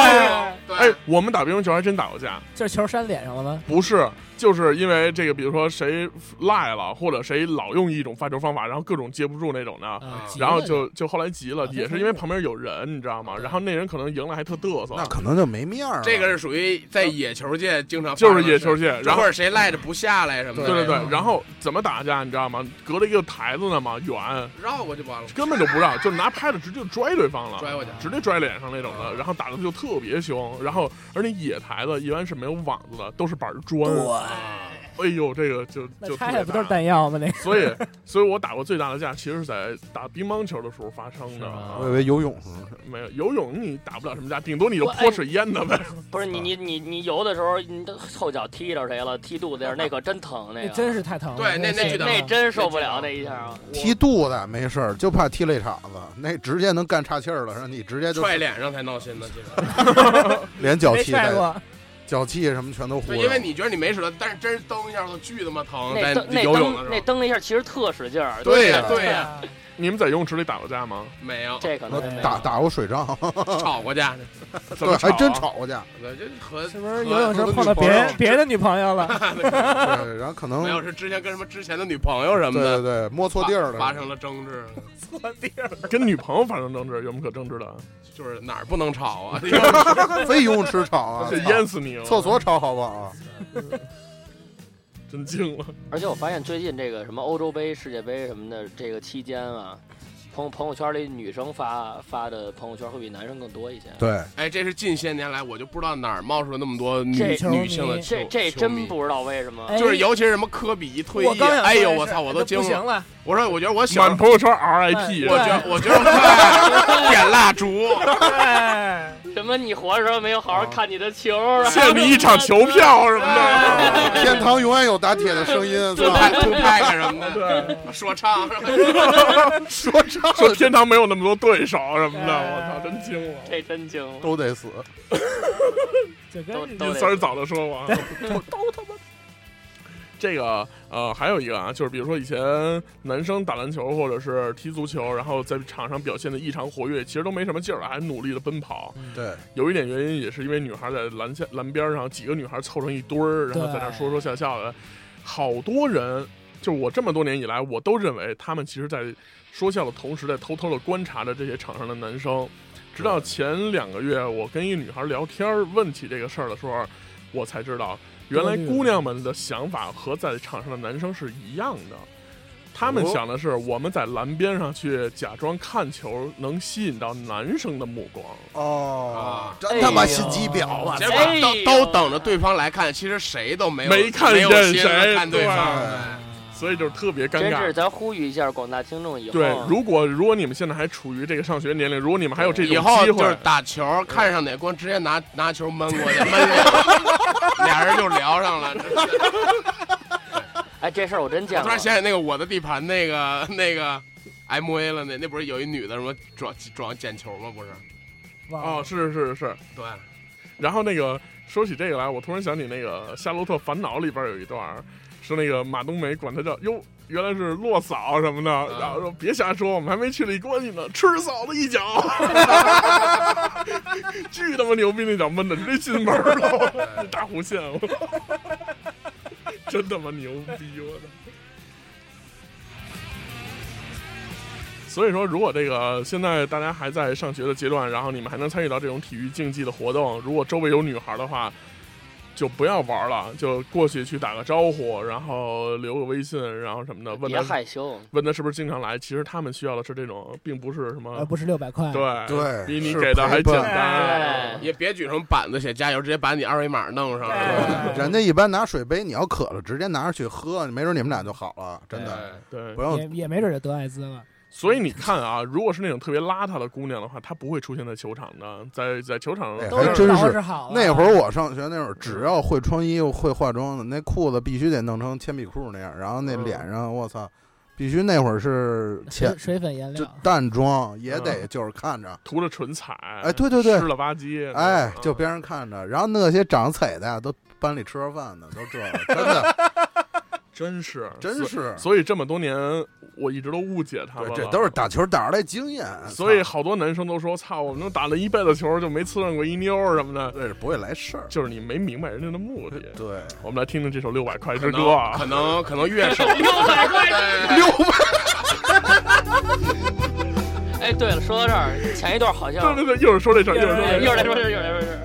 D: 过，
A: 哎
D: 对，，
A: 我们打乒乓球还真打过架，
F: 就是球扇脸上了吗？
A: 不是，就是因为这个，比如说谁赖了，或者谁老用一种发球方法，然后各种接不住那种
C: 嗯
A: 的，
F: 啊，急
A: 然后
F: 了
A: 就就后来急了，
F: 啊
A: 也是因为旁边有人，你知道吗？然后那人可能赢了还特嘚瑟，
B: 那可能就没面儿了。
D: 这个是属于在野球界经常
A: 就是野球，界，然
D: 或
A: 后。
D: 者谁赖着不下来什么的，
A: 对对对
D: 这，种
A: 然后怎么打架你知道吗？隔了一个台子呢嘛，远，
D: 绕过去不完了，
A: 根本就不让，就拿拍子直接拽对方了，
D: 拽过去
A: 直接拽脸上那种的，然后打的就特别凶，然后而且野台子一般是没有网子的，都是板砖，
D: 啊
A: 哎呦，这个就就
C: 那
A: 特
C: 拆
A: 别
C: 下不都是
A: 大
C: 弹药吗？那个
A: 所以，所以我打过最大的架，其实是在打乒乓球的时候发生的。啊
F: 吗
B: 我以为游泳呢
A: 没有游泳，你打不了什么架，顶多你就泼水淹他呗。
E: 不是你你你你游的时候，你的后脚踢着谁了，踢肚子上，那可真疼，那
F: 那
E: 个
F: 真是太疼了。
D: 对那那巨疼
E: 那真受不了那一下啊！
B: 踢肚子没事儿，就怕踢肋岔子，那直接能干岔气儿了，让你直接就
D: 踹脸上才闹心呢，其实。
B: 连脚
C: 没
B: 气
C: 踹
B: 带、
C: 过，
B: 脚气什么全都糊
D: 就
B: 了。
D: 因为你觉得你没使了，但是真蹬一下子巨他妈疼，
E: 那
D: 在
E: 蹬那
D: 游泳的
E: 蹬
D: 时
E: 那
D: 候。
E: 蹬那一下，其实特使劲儿。
D: 对呀、
B: 对
D: 对呀、
C: 呀，
A: 你们在游泳池里打过架吗？
D: 没有
E: 这可能
B: 我
E: 真没有
B: 打打过水仗，
D: 吵过架，
A: 怎
B: 对，
A: 么
B: 还真
A: 吵啊
B: 吵 过架。
D: 我这和
C: 是不是游泳时候碰到别
B: 和
C: 人别的女朋友了？
B: 对，然后可能
D: 没有是之前跟什么之前的女朋友什么
B: 对
D: 的
B: 嗯对对，摸错地儿了，
D: 发生了争执，
C: 错地儿了，
A: 跟女朋友发生争执，有什么可争执的？
D: 就是哪儿不能吵啊？
B: 非游泳池吵啊，
A: 这淹死你了！哦
B: 厕所吵好 不好？
A: 真惊了。
E: 而且我发现最近这个什么欧洲杯、世界杯什么的这个期间啊，朋朋友圈里女生发发的朋友圈会比男生更多一些。
B: 对，
D: 哎，这是近些年来我就不知道哪儿冒出了那么多女
E: 这
D: 女性的
E: 这
D: 球
E: 这
D: 球
E: 真
D: 迷
E: 不知道为什么。
C: 哎
D: 就是尤其是什么科比一退
C: 我
D: 役，
C: 刚想说
D: 哎呦
C: 这
D: 我操，
C: 事
D: 我都惊
C: 不行
D: 了。
C: 了，
D: 我说我觉得我小时
A: 满
D: 候，
A: 朋友圈 RIP，
D: 我觉
C: 对
D: 得我觉得点蜡烛，
C: 哎，
E: 什么哥你活着时候没有好好看你的球，啊然后
A: 欠你一场球票什么的。
B: 天堂永远有打铁 的声音，是吧？
D: 土派克什么的，
A: 对，
D: 说唱什么的。
B: 说唱
A: 说天堂没有那么多对手什么的，
C: 哎
A: 我操，真惊了。
E: 这真精。
B: 都得死。
C: 就
E: 都
C: 跟
E: 都得
A: 三儿早就说我，我都他妈。这个呃，还有一个啊，就是比如说以前男生打篮球或者是踢足球，然后在场上表现的异常活跃，其实都没什么劲儿了，还努力的奔跑。
B: 对，
A: 有一点原因也是因为女孩在篮下篮边上，几个女孩凑成一堆儿，然后在那说说笑笑的。好多人，就我这么多年以来，我都认为他们其实在说笑的同时，在偷偷的观察着这些场上的男生。直到前两个月，我跟一女孩聊天儿问起这个事儿的时候，我才知道，原来姑娘们的想法和在场上的男生是一样的。他们
B: 哦
A: 想的是，我们在篮边上去假装看球，能吸引到男生的目光。
B: 哦
D: 啊，
B: 真他妈
E: 哎呦
B: 心机婊啊！
D: 结
E: 这
D: 果
E: 哎
D: 都
E: 呦
D: 都等着对方来看，其实谁都没有
A: 没看
D: 没有
A: 见
D: 心思
A: 谁
D: 看对
A: 对啊
D: 方。
A: 所以就是特别尴
E: 真
A: 尬
E: 是，。咱呼吁一下广大听众以后，
A: 对，
D: 哦
A: 如果如果你们现在还处于这个上学年龄，如果你们还有这种
D: 以后
A: 机
D: 就是
A: 会，
D: 打球，看上哪光直接拿拿球闷过去，闷过去， 俩人就聊上了。
E: 哎，这事儿我真
D: 我
C: 啊
E: 见
D: 突
E: 过
D: 然。想起那个我的地盘那个那个 M A 了，那那不是有一女的什么转转捡球吗？不是，
A: 哦，
C: 忘了
A: 是是是。
D: 对，
A: 然后那个说起这个来，我突然想起那个《夏洛特烦恼》里边有一段儿，是那个马冬梅管她叫哟，原来是洛嫂什么的，
D: 啊
A: 然后说别瞎说，我们还没确立关系呢，吃嫂子一 脚， 巨他妈牛逼那脚闷的直接进门了， 那大弧线，我 真他妈牛逼，我操！所以说，如果这个现在大家还在上学的阶段，然后你们还能参与到这种体育竞技的活动，如果周围有女孩的话，就不要玩了，就过去去打个招呼，然后留个微信，然后什么的，问
E: 别
A: 她
E: 害羞，
A: 问她是不是经常来。其实他们需要的是这种，并不是什么、
F: 而呃不是六百块。
A: 嗯对
B: 呃对
A: 比你
B: 是
A: 给的还
B: 陪
A: 简
B: 伴
A: 单。
E: 哎，
D: 也别举什么板子写加油，直接把你二维码弄上了。
C: 哎
B: 人家一般拿水杯，你要渴了直接拿着去喝，没准你们俩就好了，真的
D: 对，
A: 对
B: 不，用
C: 也也没准就得艾滋了。
A: 所以你看啊，如果是那种特别邋遢的姑娘的话，她不会出现在球场的，在在球场
B: 哎
A: 上
B: 还
C: 都是
B: 真
C: 捯
B: 是
C: 饬好了
B: 那
F: 啊
B: 会儿我上学那会儿，只要会穿衣服、会化妆的，那裤子必须得弄成铅笔裤那样，然后那
A: 嗯
B: 脸上，我操，必须那会儿是
F: 水
B: 浅
F: 水粉颜
B: 就
F: 料，
B: 淡妆，也
A: 嗯
B: 得就是看着，
A: 涂着唇彩，
B: 哎对对对
A: 湿了吧唧，
B: 哎，
A: 嗯
B: 就别人看着，然后那些长彩的呀都班里吃着饭的，都这样，真 的
A: 真是
B: 真是，
A: 所以这么多年，我一直都误解他们
B: 对，
A: 了。
B: 这都是打球打出来经验，
A: 所以
B: 操
A: 好多男生都说：“操，我们能打了一辈子球，就没刺上过一妞儿什么的。
B: 这是不会来事儿”，
A: 就是你没明白人家的目的。
B: 对，
A: 我们来听听这首《六百块
D: 可
A: 之歌》
D: 能
A: 啊
D: 可，能可能乐手
E: 六百块。
B: 六 百
E: 哎，对了，说到这儿，前一段好像
A: 对对对，一会儿说这事儿，一会儿说
E: 哎
A: 这
E: 一
A: 事儿
E: 会儿再说这事儿，一会儿再说这事儿。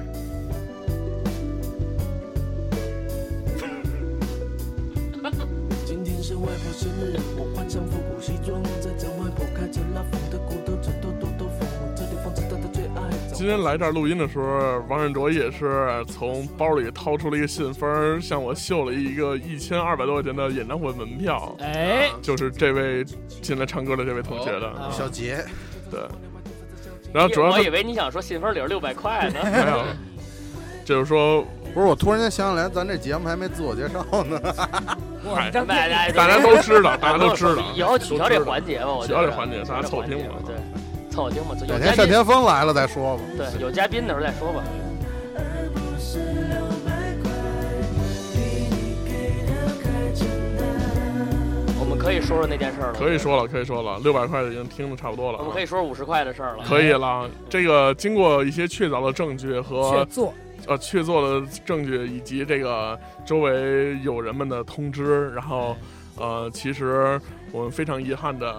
H: 今天是外婆生日，我换上复古西装，在家外婆开着拉风的古董，枕头都都粉红，这里放着她的最爱。
A: 今天来这儿录音的时候，王振卓也是从包里掏出了一个信封，向我秀了一个一千二百多块钱的演唱会门票，
C: 哎，
A: 就是这位进来唱歌的这位同学的。
B: 小杰，
A: 对，然后主要
E: 我
A: 是
E: 以哦为你想说信封里有六百块呢。
A: 没有，就是说
B: 不是我突然间想起来，咱这节目还没自我介绍呢，
C: 哇，你张
E: 大
C: 天
E: 家
A: 大家都知道，大家都知道。
E: 以后取消这环节吧，我觉得
A: 取消这环节大家凑合听吧
E: 对，凑合听吧。有
B: 改
E: 嘉
B: 天单
E: 宾
B: 田芳来了再说吧。
E: 对有嘉宾的时候再说吧。
H: 而不是六百块，比你给的还简单。
E: 我们可以说说那件事儿了。
A: 可以，说了，可以说了，六百块已经听的差不多了
E: 我们
A: 啊
E: 可，以说五十块的事儿了。
A: 可以了。这个经过一些确凿的证据和
F: 去做
A: 呃确凿的证据，以及这个周围友人们的通知，然后呃，其实我们非常遗憾的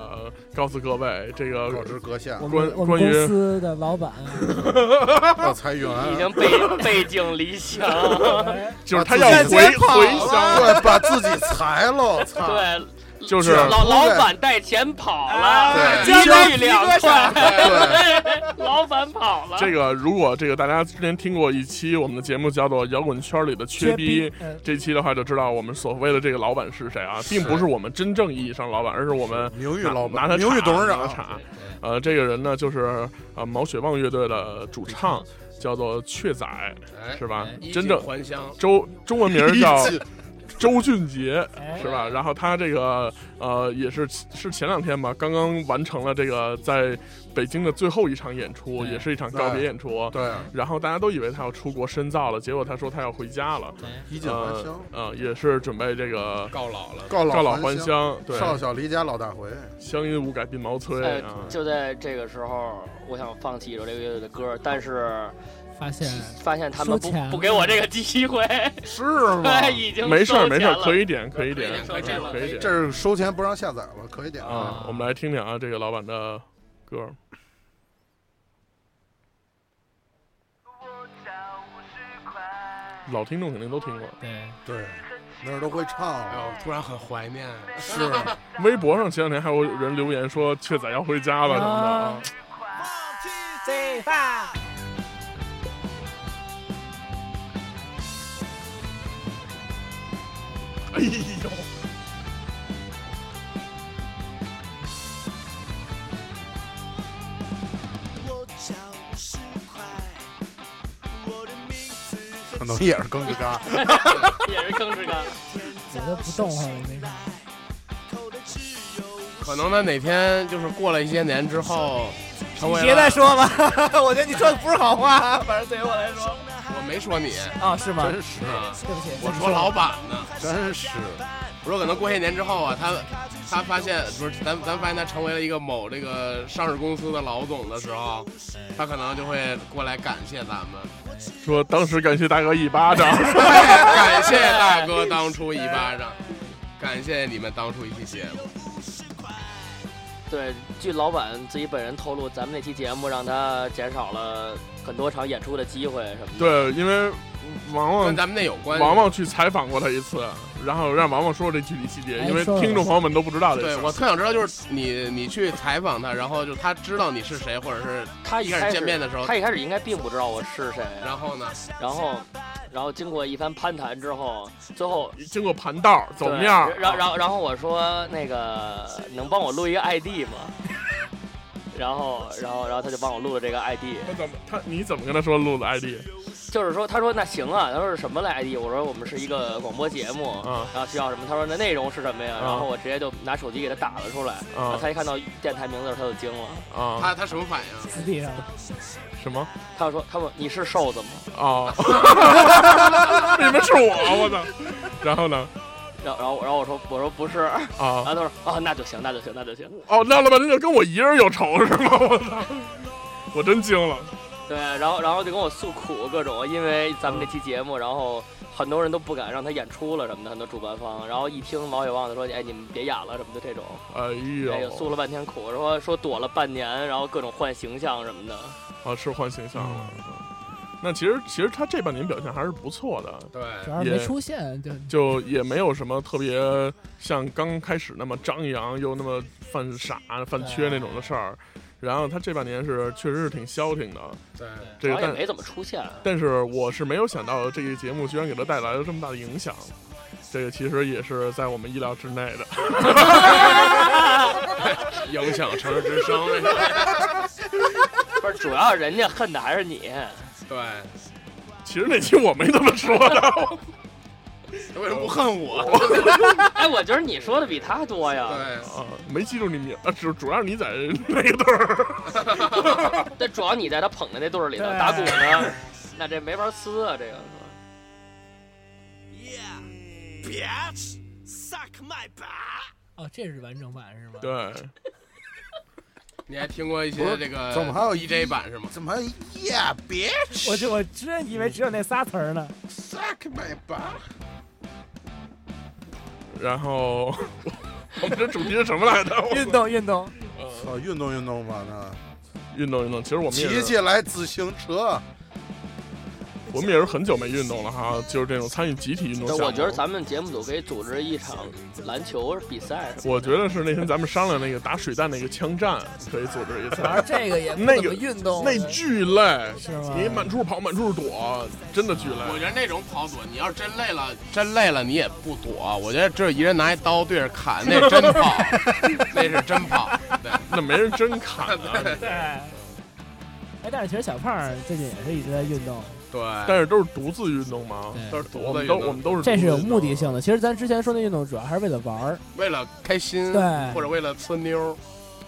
A: 告诉各位，这个
B: 我是阁下
F: 我，
A: 关
F: 们我们
A: 关于
F: 公司的老 板，
B: 要啊裁员，
E: 已经背背井 离乡，
A: 就是他要
B: 把
A: 回
B: 啊自己啊
A: 回乡，
B: 对，把自己裁了，操！
E: 对，
A: 就是
E: 老老板带钱跑了，
B: 哎
E: 一
B: 对
E: 律两块。
B: 对，
E: 老板跑了，
A: 这个，如果这个大家之前听过一期我们的节目叫做《摇滚圈里的缺逼》，
F: 呃
C: 嗯
A: 这期的话就知道我们所谓的这个老板是谁啊，并不是我们真正意义上老板，而是我们
B: 名誉
A: 拿
B: 老
A: 拿
B: 板，
A: 他
B: 名誉
A: 查
B: 董事
A: 拿他
B: 长，
A: 查。呃，这个人呢，就是呃毛血旺乐队的主唱，叫做雀仔，
D: 哎
A: 是吧？
D: 衣
A: 真
D: 锦
A: 正
D: 还乡，
A: 周中文名儿叫
B: 一进
A: 周俊杰，
C: 哎
A: 是吧？然后他这个呃也是是前两天吧，刚刚完成了这个在北京的最后一场演出，
F: 对
A: 也是一场告别演出。
B: 对，
A: 然后大家都以为他要出国深造了，结果他说他要回家了。
F: 哎
B: 衣锦还
A: 呃
B: 乡，
A: 呃，也是准备这个
D: 告老了。
B: 告
A: 告老
B: 还
A: 还乡，对，
B: 少小离家老大 回，
A: 乡音无改鬓毛衰
E: 哎
A: 啊，。
E: 就在这个时候，我想放弃一首这个乐队的歌，但是
F: 发
A: 嗯
F: 现
E: 发现他们
F: 收
E: 不
F: 钱了
E: 不给我这个机会，
B: 是 吗？
E: 哎
A: 哎
E: 已经
A: 没事儿，
E: 收
A: 没事
E: 钱
A: 儿，
E: 了
A: 可以点，可以点
D: 可以，点
A: 可以点，可
E: 可以点
A: 以点
B: 这是收钱不让下载了，可以点了。
A: 啊！我们来听听啊，这个老板的歌。老听众肯定都听过，
F: 对
B: 对，那儿都会唱
D: 哎
B: 了。
D: 呦，突然很怀念。
B: 是，
A: 微博上前两天还有人留言说雀仔要回家了什么的啊。哎呦！
G: 我叫十块，我的名字很
B: 可能也是更嘎。
E: 也是更是干。
C: 有的不动会儿那
A: 啊
C: 个，
D: 可能他哪天就是过了一些年之后，成为
C: 你
D: 了
C: 别再，说了， 我觉得你说的不是好话，反正对于我来说，
D: 我没说 你，
C: 啊，是吗？
B: 真是，
D: 啊，
C: 对不起，
D: 我说老板呢。
B: 真是，
D: 我说可能过些年之后啊，他他发现不是咱咱发现他成为了一个某这个上市公司的老总的时候，他可能就会过来感谢咱们，
A: 说当时感谢大哥一巴 掌，
D: 感谢大哥当初一巴掌，感谢你们当初一起节目。
E: 对，据老板自己本人透露，咱们那期节目让他减少了很多场演出的机会什么的。，
A: 对，因为王
D: 跟
A: 王
D: 咱们那有关系。
A: 嗯王王去采访过他一次，然后让王王说说这具体细节，
F: 哎
A: 因为
F: 说说
A: 听众朋友们都不知道这
D: 对
A: 事儿。
D: 我特想知道，就是你你去采访他，然后就他知道你是谁，或者是
E: 他一
D: 一开
E: 开
D: 始
E: 始
D: 见面的时候
E: 他一开始应该并不知道我是谁，
D: 然后呢，
E: 然后，然后经过一番攀谈之后，最后
A: 经过盘道走
E: 对
A: 面儿，啊
E: 然然后然后我说那个能帮我录一个 ID 吗？然后然后然后他就帮我录了这个 ID，
A: 他啊怎么他你怎么跟他说录的 ID
E: 就是说他说那行啊，他说是什么来 ID？我说我们是一个广播节目，
A: 啊
E: 然后需要什么？他说那内容是什么呀？
A: 啊
E: 然后我直接就拿手机给他打了出来，然后
A: 啊
E: 他一看到电台名字的时候他就惊了，
A: 啊
D: 他他什么反应？
C: 死地上了，
A: 什么
E: 他说他问你是瘦子吗？
A: 啊？为什么是我？我操！然后呢？
E: 然后然后然后我说我说不是，然
A: 啊
E: 后他说哦那就行那就行那就行，
A: 哦，闹了半天就跟我一人有仇是吗？我操！我真惊了。
E: 对，然后然后就跟我诉苦各种，因为咱们这期节目，然后很多人都不敢让他演出了什么的，很多主办方，然后一听毛血旺的说，哎，你们别演了什么的这种，
A: 哎
E: 哎呀，诉
A: 呦，
E: 了半天苦，说说躲了半年，然后各种换形象什么的，
A: 啊，是换形象了。那其实其实他这半年表现还是不错的，
D: 对，
F: 主要是
A: 也
F: 没出现就
A: 就也没有什么特别像刚开始那么张扬又那么犯傻犯缺那种的事儿。然后他这半年是确实是挺消停的，
D: 对，
A: 这个
E: 然后也
A: 但
E: 没怎么出现。
A: 但是我是没有想到这个节目居然给他带来了这么大的影响，这个其实也是在我们意料之内的。
D: 影响城市之声。
E: 不是，主要人家恨的还是你，
D: 对，
A: 其实那期我没这么说 的，
D: 他为什么不恨我？
E: 哎，我觉得你说的比他多呀。
D: 对，
A: 啊，没记住你名，啊，主主要是你在那个队儿，
E: 但主要你在他捧的那队儿里头
C: 对
E: 打鼓呢，那这没法撕啊，这个。
G: Yeah, bitch, suck my butt.
F: 哦，这是完整版是吗？
A: 对，
D: 你还听过一
B: 不
D: 些
B: 是
D: 这个
B: 怎么还有
D: DJ 版是吗？
B: 怎么还耶别
C: 我就我真以为只有那仨词儿呢，
B: suck my butt？
A: 然后我们这主题是什么来 着？
C: 运动运动，
B: 操，啊运动运动吧，那
A: 运动运动，其实我们也
B: 骑
A: 是
B: 起来自行车，
A: 我们也是很久没运动了哈，就是这种参与集体运动项
E: 但
A: 目。
E: 我觉得咱们节目组可以组织一场篮球比赛，
A: 我觉得是那天咱们商量那个打水弹那个枪战，可以组织一次。
F: 反 正这个也不
A: 那
F: 怎
A: 个
F: 么运动，
A: 那巨累，
F: 是吗
A: 你满处跑满处躲，真的巨
D: 我
A: 累。
D: 觉得那种跑躲，你要真累了，真累了你也不躲。我觉得只有一人拿一刀对着砍，那真 跑，那是真跑。 对，
A: 那没人真砍 啊，
C: 对。哎，但是其实小胖儿最近也是一直在运动，
D: 对，
A: 但是都是独自运动嘛，
F: 对
D: 都是躲
A: 我
D: 的
A: 们
D: 运
A: 都
D: 动，
A: 我们都是
F: 这是有目的
A: 独自运动。啊
F: 性的。其实咱之前说那运动主要还是为了玩儿，
D: 为了开
A: 嗯
D: 心，
F: 对
D: 或者为了呲妞，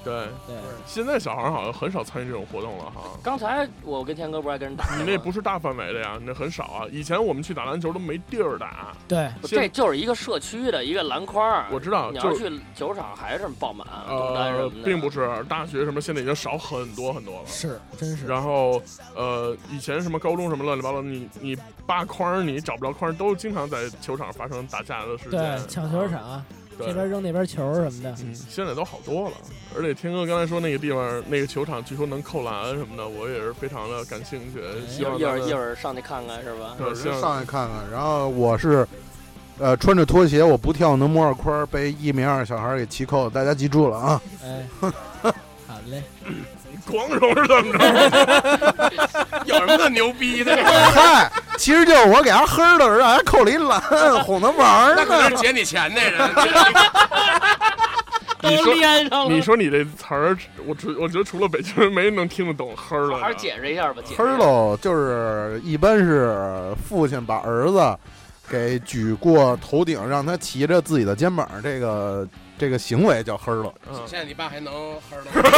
A: 对，
F: 对，
A: 现在小孩好像很少参与这种活动了哈。
E: 刚才我跟天哥不是还跟人打吗？
A: 你那不是大范围的呀，你那很少啊。以前我们去打篮球都没地儿打，
F: 对，
E: 不这就是一个社区的一个篮筐儿。
A: 我知道，
E: 你要
A: 就是
E: 去球场还是爆满，东单什
A: 呃
E: 么，的，
A: 并不是大学什么，现在已经少很多很多了。
F: 是，真是。
A: 然后，呃，以前什么高中什么乱七八糟，你你扒筐儿你找不着筐儿，都经常在球场发生打架的事件。啊
F: 对，抢球，场，
A: 对
F: 这边扔那边球什么 的，
A: 嗯，现在都好多了。而且天哥刚才说那个地方那个球场，据说能扣篮什么的，我也是非常的感兴趣。希
E: 一会
A: 望
E: 儿一
A: 咱们
E: 会儿一会儿上去看看是吧？
A: 对，希望
B: 上去看看。然后我是，呃，穿着拖鞋，我不跳能摸着筐儿，被一米二小孩儿给骑扣。大家记住了 啊！
F: 哎， 好嘞，
A: 光荣是怎么着？
D: 有什么可牛逼的？
B: 嗨，其实就是我给他黑了，让他扣了一篮，哄他玩儿
D: 那可能是
B: 呢。
D: 捡你钱那人。
A: 你
C: 哎
E: 都
A: 说
E: 连上
A: 你
E: 了。
A: 说你这词儿，我只我觉得除了北京人，没人能听得懂哼儿了。啊
E: 还是解释一下吧，解释
B: 黑喽，就是一般是父亲把儿子给举过头顶，让他骑着自己的肩膀，这个这个行为叫黑喽。
A: 嗯
D: 现在你爸还能呵吗？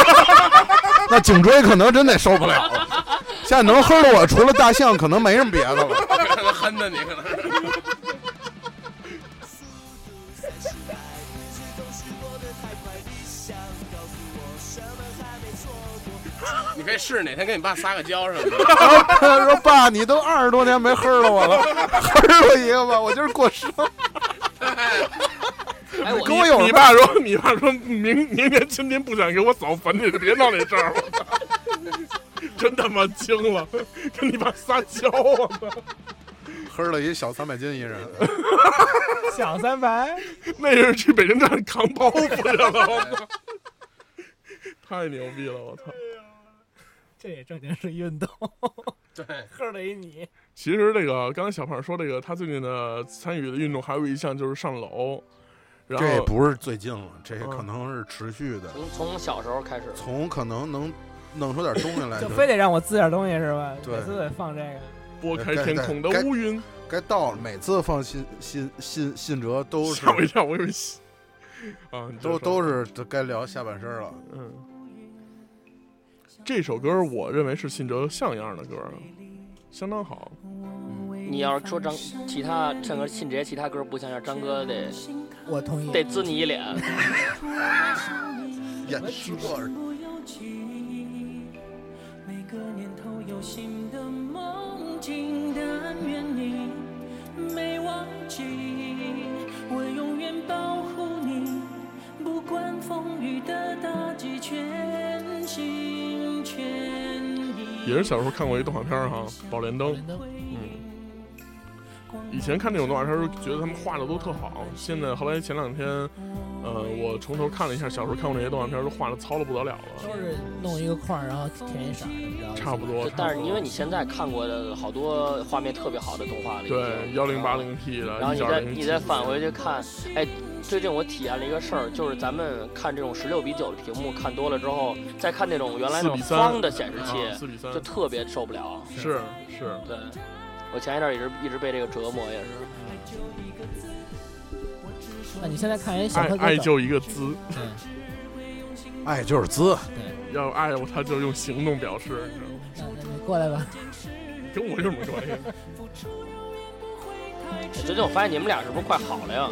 B: 那颈椎可能真得受不了了。 现在能黑的我，除了大象，可能没什么别的了。
D: 可能憨的你可能是。你可以试哪天跟你爸撒个娇什么的，
B: 他说：“爸，你都二十多年没黑了我了，黑了一个吧，我今儿过生。
E: 哎，我
B: 跟我有
A: 你
B: 什么？
A: 爸说，你爸说明明年今天不想给我扫坟，你就别闹那事儿了。 我操真他妈惊了，跟你爸撒娇啊！
B: 黑了一小三百斤一人，
C: 小三白，
A: 那是去北京站扛包袱去了，我操！太牛逼了，我操！
C: 这也正经是运 动，
D: 对，
C: 喝了一你，
A: 其实这个刚才小胖说这个，他最近的参与的运动还有一项就是上楼，然
B: 这
A: 后
B: 不是最近了，这
A: 嗯
B: 可能是持续的，
E: 从从小时候开始，
B: 从可能能弄出点东西
A: 哎
B: 来
C: 就
B: 就
C: 非得让我滋点东西是吧？
B: 对
C: 每次都得放这个。
A: 拨开天空的
B: 该该
A: 乌云，
B: 该到了。每次放信信信信哲都是
A: 吓我一跳，我以为是啊，你接着说
B: 都都是该聊下半身了。
A: 嗯，这首歌我认为是信哲像样的歌，相当好。
E: 你要是说张其他唱歌信直接其他歌不像样，张哥得
F: 我同意。
E: 得滋你一脸。
B: 演说
I: 不由己。每个念头有新的梦境，但愿你没忘记，我永远保护你，不管风雨的打击，全心全意。
A: 也是小时候看过一动画片儿哈，《宝莲灯》。嗯，以前看那种动画片儿，觉得他们画的都特好。现在后来前两天，呃，我从头看了一下小时候看过那些动画片儿，都画的糙的不得了
F: 就
A: 了，
F: 是弄一个框儿，然后填一色儿，你知道吗？
A: 差不多
E: 就。但是因为你现在看过的好多画面特别好的动画了，已经
A: 对幺零八。零 P 的，
E: 然后
A: 一
E: 你
A: 点
E: 再
A: 二零
E: 你再返回去看，哎，最近我体验了一个事儿，就是咱们看这种十六比九的屏幕看多了之后，再看那种原来那
A: 四
E: 种
A: 比三啊
E: 方的显示器，
A: 四比三
E: 就，特别受不了。
A: 是是。
E: 对，我前一阵儿一直一直被这个折磨，也是。
F: 那你现在看人小
A: 爱
F: 哥哥嗯
A: 爱
F: 照
A: 就一个字，
F: 对
B: 爱哎就是滋，
A: 要爱我他就用行动表示，你知道吗？
F: 那那你过来吧，
A: 跟我有什么关系？
E: 最近我发现你们俩是不是快好了呀？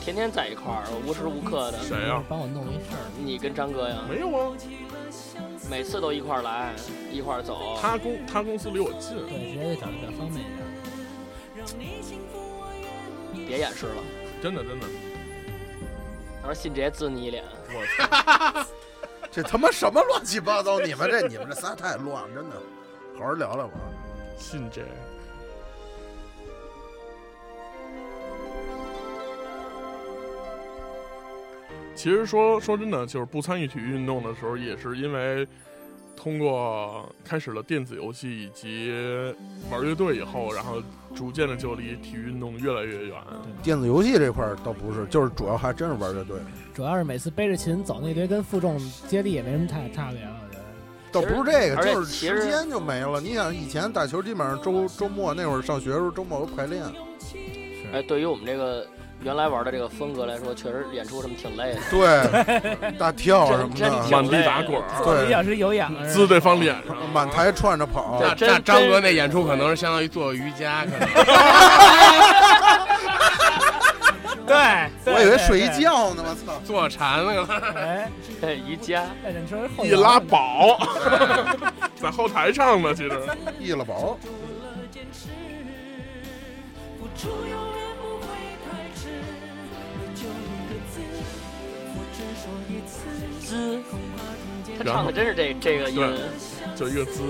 E: 天天在一块儿，无时无刻的。
A: 谁呀、
F: 帮我弄一事儿。
E: 你跟张哥呀，
A: 没有啊，
E: 每次都一块儿来，一块儿走。
A: 他公他公司离我近，
F: 对，直接就找比较方便一点。
E: 别掩饰了，
A: 真的真的，
E: 他说信直接滋你一脸。
A: 我操！
B: 这他妈什么乱七八糟？你们这你们这仨太乱了，真的，好好聊聊吧。
A: 信这其实说说真的，就是不参与体育运动的时候，也是因为通过开始了电子游戏以及玩乐队以后，然后逐渐的就离体育运动越来越远。
B: 电子游戏这块儿倒不是，就是主要还真是玩乐队，
F: 主要是每次背着琴走那堆跟负重接力也没什么太差别，啊我觉得。
B: 倒不是这个，
E: 而且
B: 就是
E: 其实
B: 时间就没了。你想以前打球，基本上周周末那会儿上学的时候，周末都排练。
E: 哎，对于我们这个原来玩的这个风格来说，确实演出什么挺累的。
B: 对，大跳啊什么
E: 真真
B: 的，
E: 挺
A: 满地
E: 累
A: 打
E: 的
A: 滚儿
C: 做一
B: 对
C: 小时有氧是
A: 滋
C: 吧？
A: 对方脸上，
B: 满台串着跑。
D: 那
E: 真
D: 那张哥
E: 真
D: 那演出可能是相当于做瑜伽，可能
C: 对，对
B: 我以为睡一。觉呢，我操！
D: 坐禅那个。
C: 对对哎，
E: 哎瑜伽，
C: 带着你说后
A: 一
C: 摇
A: 拉宝，在后台唱呢，其实。
B: 易了宝，
I: 除了坚持，付出永远不会太迟。你就一个字，我只说一次，
E: 滋，
I: 恐怕听见
E: 他
A: 然
E: 唱
A: 后
E: 的真是这这个音。
A: 就一个滋。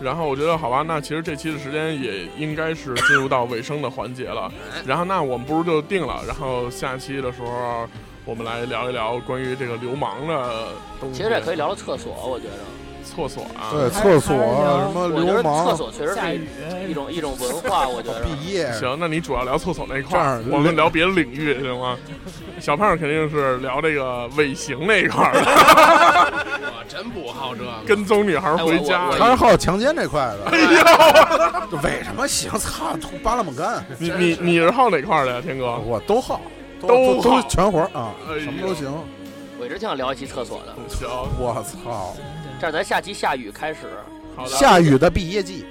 A: 然后我觉得好吧，那其实这期的时间也应该是进入到尾声的环节了。
E: 哎
A: 然后那我们不如就定了，然后下期的时候我们来聊一聊关于这个流氓的东西。
E: 其实也可以聊聊厕所，我觉着，
A: 厕所啊，
B: 对，厕所啊什么
E: 哎我觉得
B: 流
E: 厕
B: 氓
E: 所确实
C: 下
E: 是
C: 雨哎
E: 一一种一种文化，我觉着。
B: 毕业，
A: 行，那你主要聊厕所那一块儿
B: 这，样
A: 我们聊别的领域行吗？小胖肯定是聊这个尾行那一块儿的，
D: 我真不好这个，
A: 跟踪女孩回
E: 哎
A: 家
E: 我。
B: 他是好强奸这块的。
A: 哎
B: 这为什么行？操，吐巴拉姆 干，
A: 呦，你你你是好哪块儿的呀，天哥？
B: 啊我都好，
A: 都
B: 都
A: 好
B: 全活儿啊
A: 哎，呦
B: 什么都行。
E: 我一直挺想聊一期厕所的，
A: 嗯行，
B: 我操！
E: 这样咱下期下雨开始。
A: 好的。
B: 下雨的毕业季，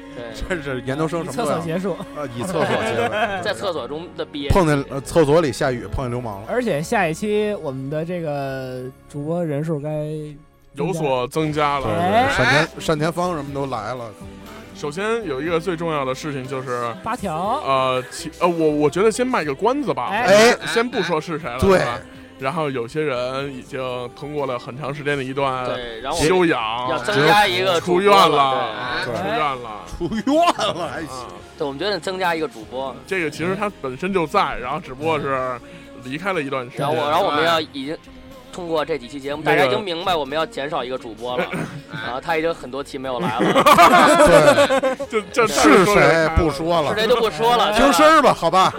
E: 对，
B: 这是研究生
C: 以
B: 什
C: 厕
B: 么
C: 所
B: 的
C: 结束，
B: 啊，以厕所结尾，
E: 在厕所中的毕业。
B: 碰见呃厕所里下雨，碰见流氓了。
C: 而且下一期我们的这个主播人数该
A: 有所增加了。
C: 哎
B: 单田单田芳什么都来了，
A: 首先有一个最重要的事情就是，
C: 八条，
A: 呃，其呃，我我觉得先卖个关子吧，
C: 哎
A: 我们先不说是谁了，
B: 对
A: 是吧然后有些人已经通过了很长时间的一段
E: 对，然后我
A: 修
E: 要
A: 养，
E: 增加一个主
A: 出
E: 播
A: 院
E: 了。
A: 出
C: 对
A: 院了。
B: 出院了还
A: 啊，
E: 对，对我们决定增加一个主播，
A: 这个其实他本身就在，然后只不过是离开了一段时
E: 然后
A: 间。
E: 我，然后我们要已经通过这几期节目，
A: 那
E: 大
A: 个
E: 家已经明白我们要减少一个主播了，然后他已经很多期没有来了，
B: 对，
A: 就这
B: 是谁不？说了
E: 是？ 谁就不说了，
B: 听
E: 对吧
B: 声儿吧，好吧。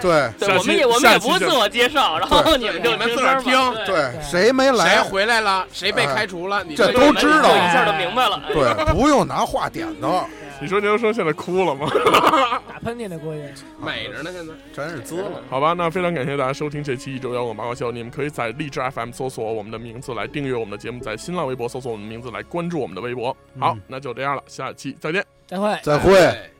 B: 对
E: 对，我们也
A: 下期
E: 我们
A: 下
E: 也
A: 期
E: 不
A: 就
E: 自我介绍，然后你们就
D: 你们
E: 听
D: 自个儿
E: 声吧
D: 听
E: 对，
B: 对，谁没
D: 谁
B: 来？啊
D: 回来了，谁被开除了，你
B: 这
D: 们
B: 都
E: 你们
B: 知
E: 就
B: 道
E: 一下就明白了。哎
B: 对，不用拿话点的，
A: 你说牛生现在哭了吗？
C: 打喷嚏呢，估计。
D: 美着呢，现在。
B: 真是滋了。
A: 好吧，那非常感谢大家收听这期一周摇滚八卦秀。你们可以在荔枝 FM 搜索我们的名字来订阅我们的节目，在新浪微博搜索我们的名字来关注我们的微博。好，
B: 嗯
A: 那就这样了，下期再见。
F: 再会。
B: 再会。
D: 哎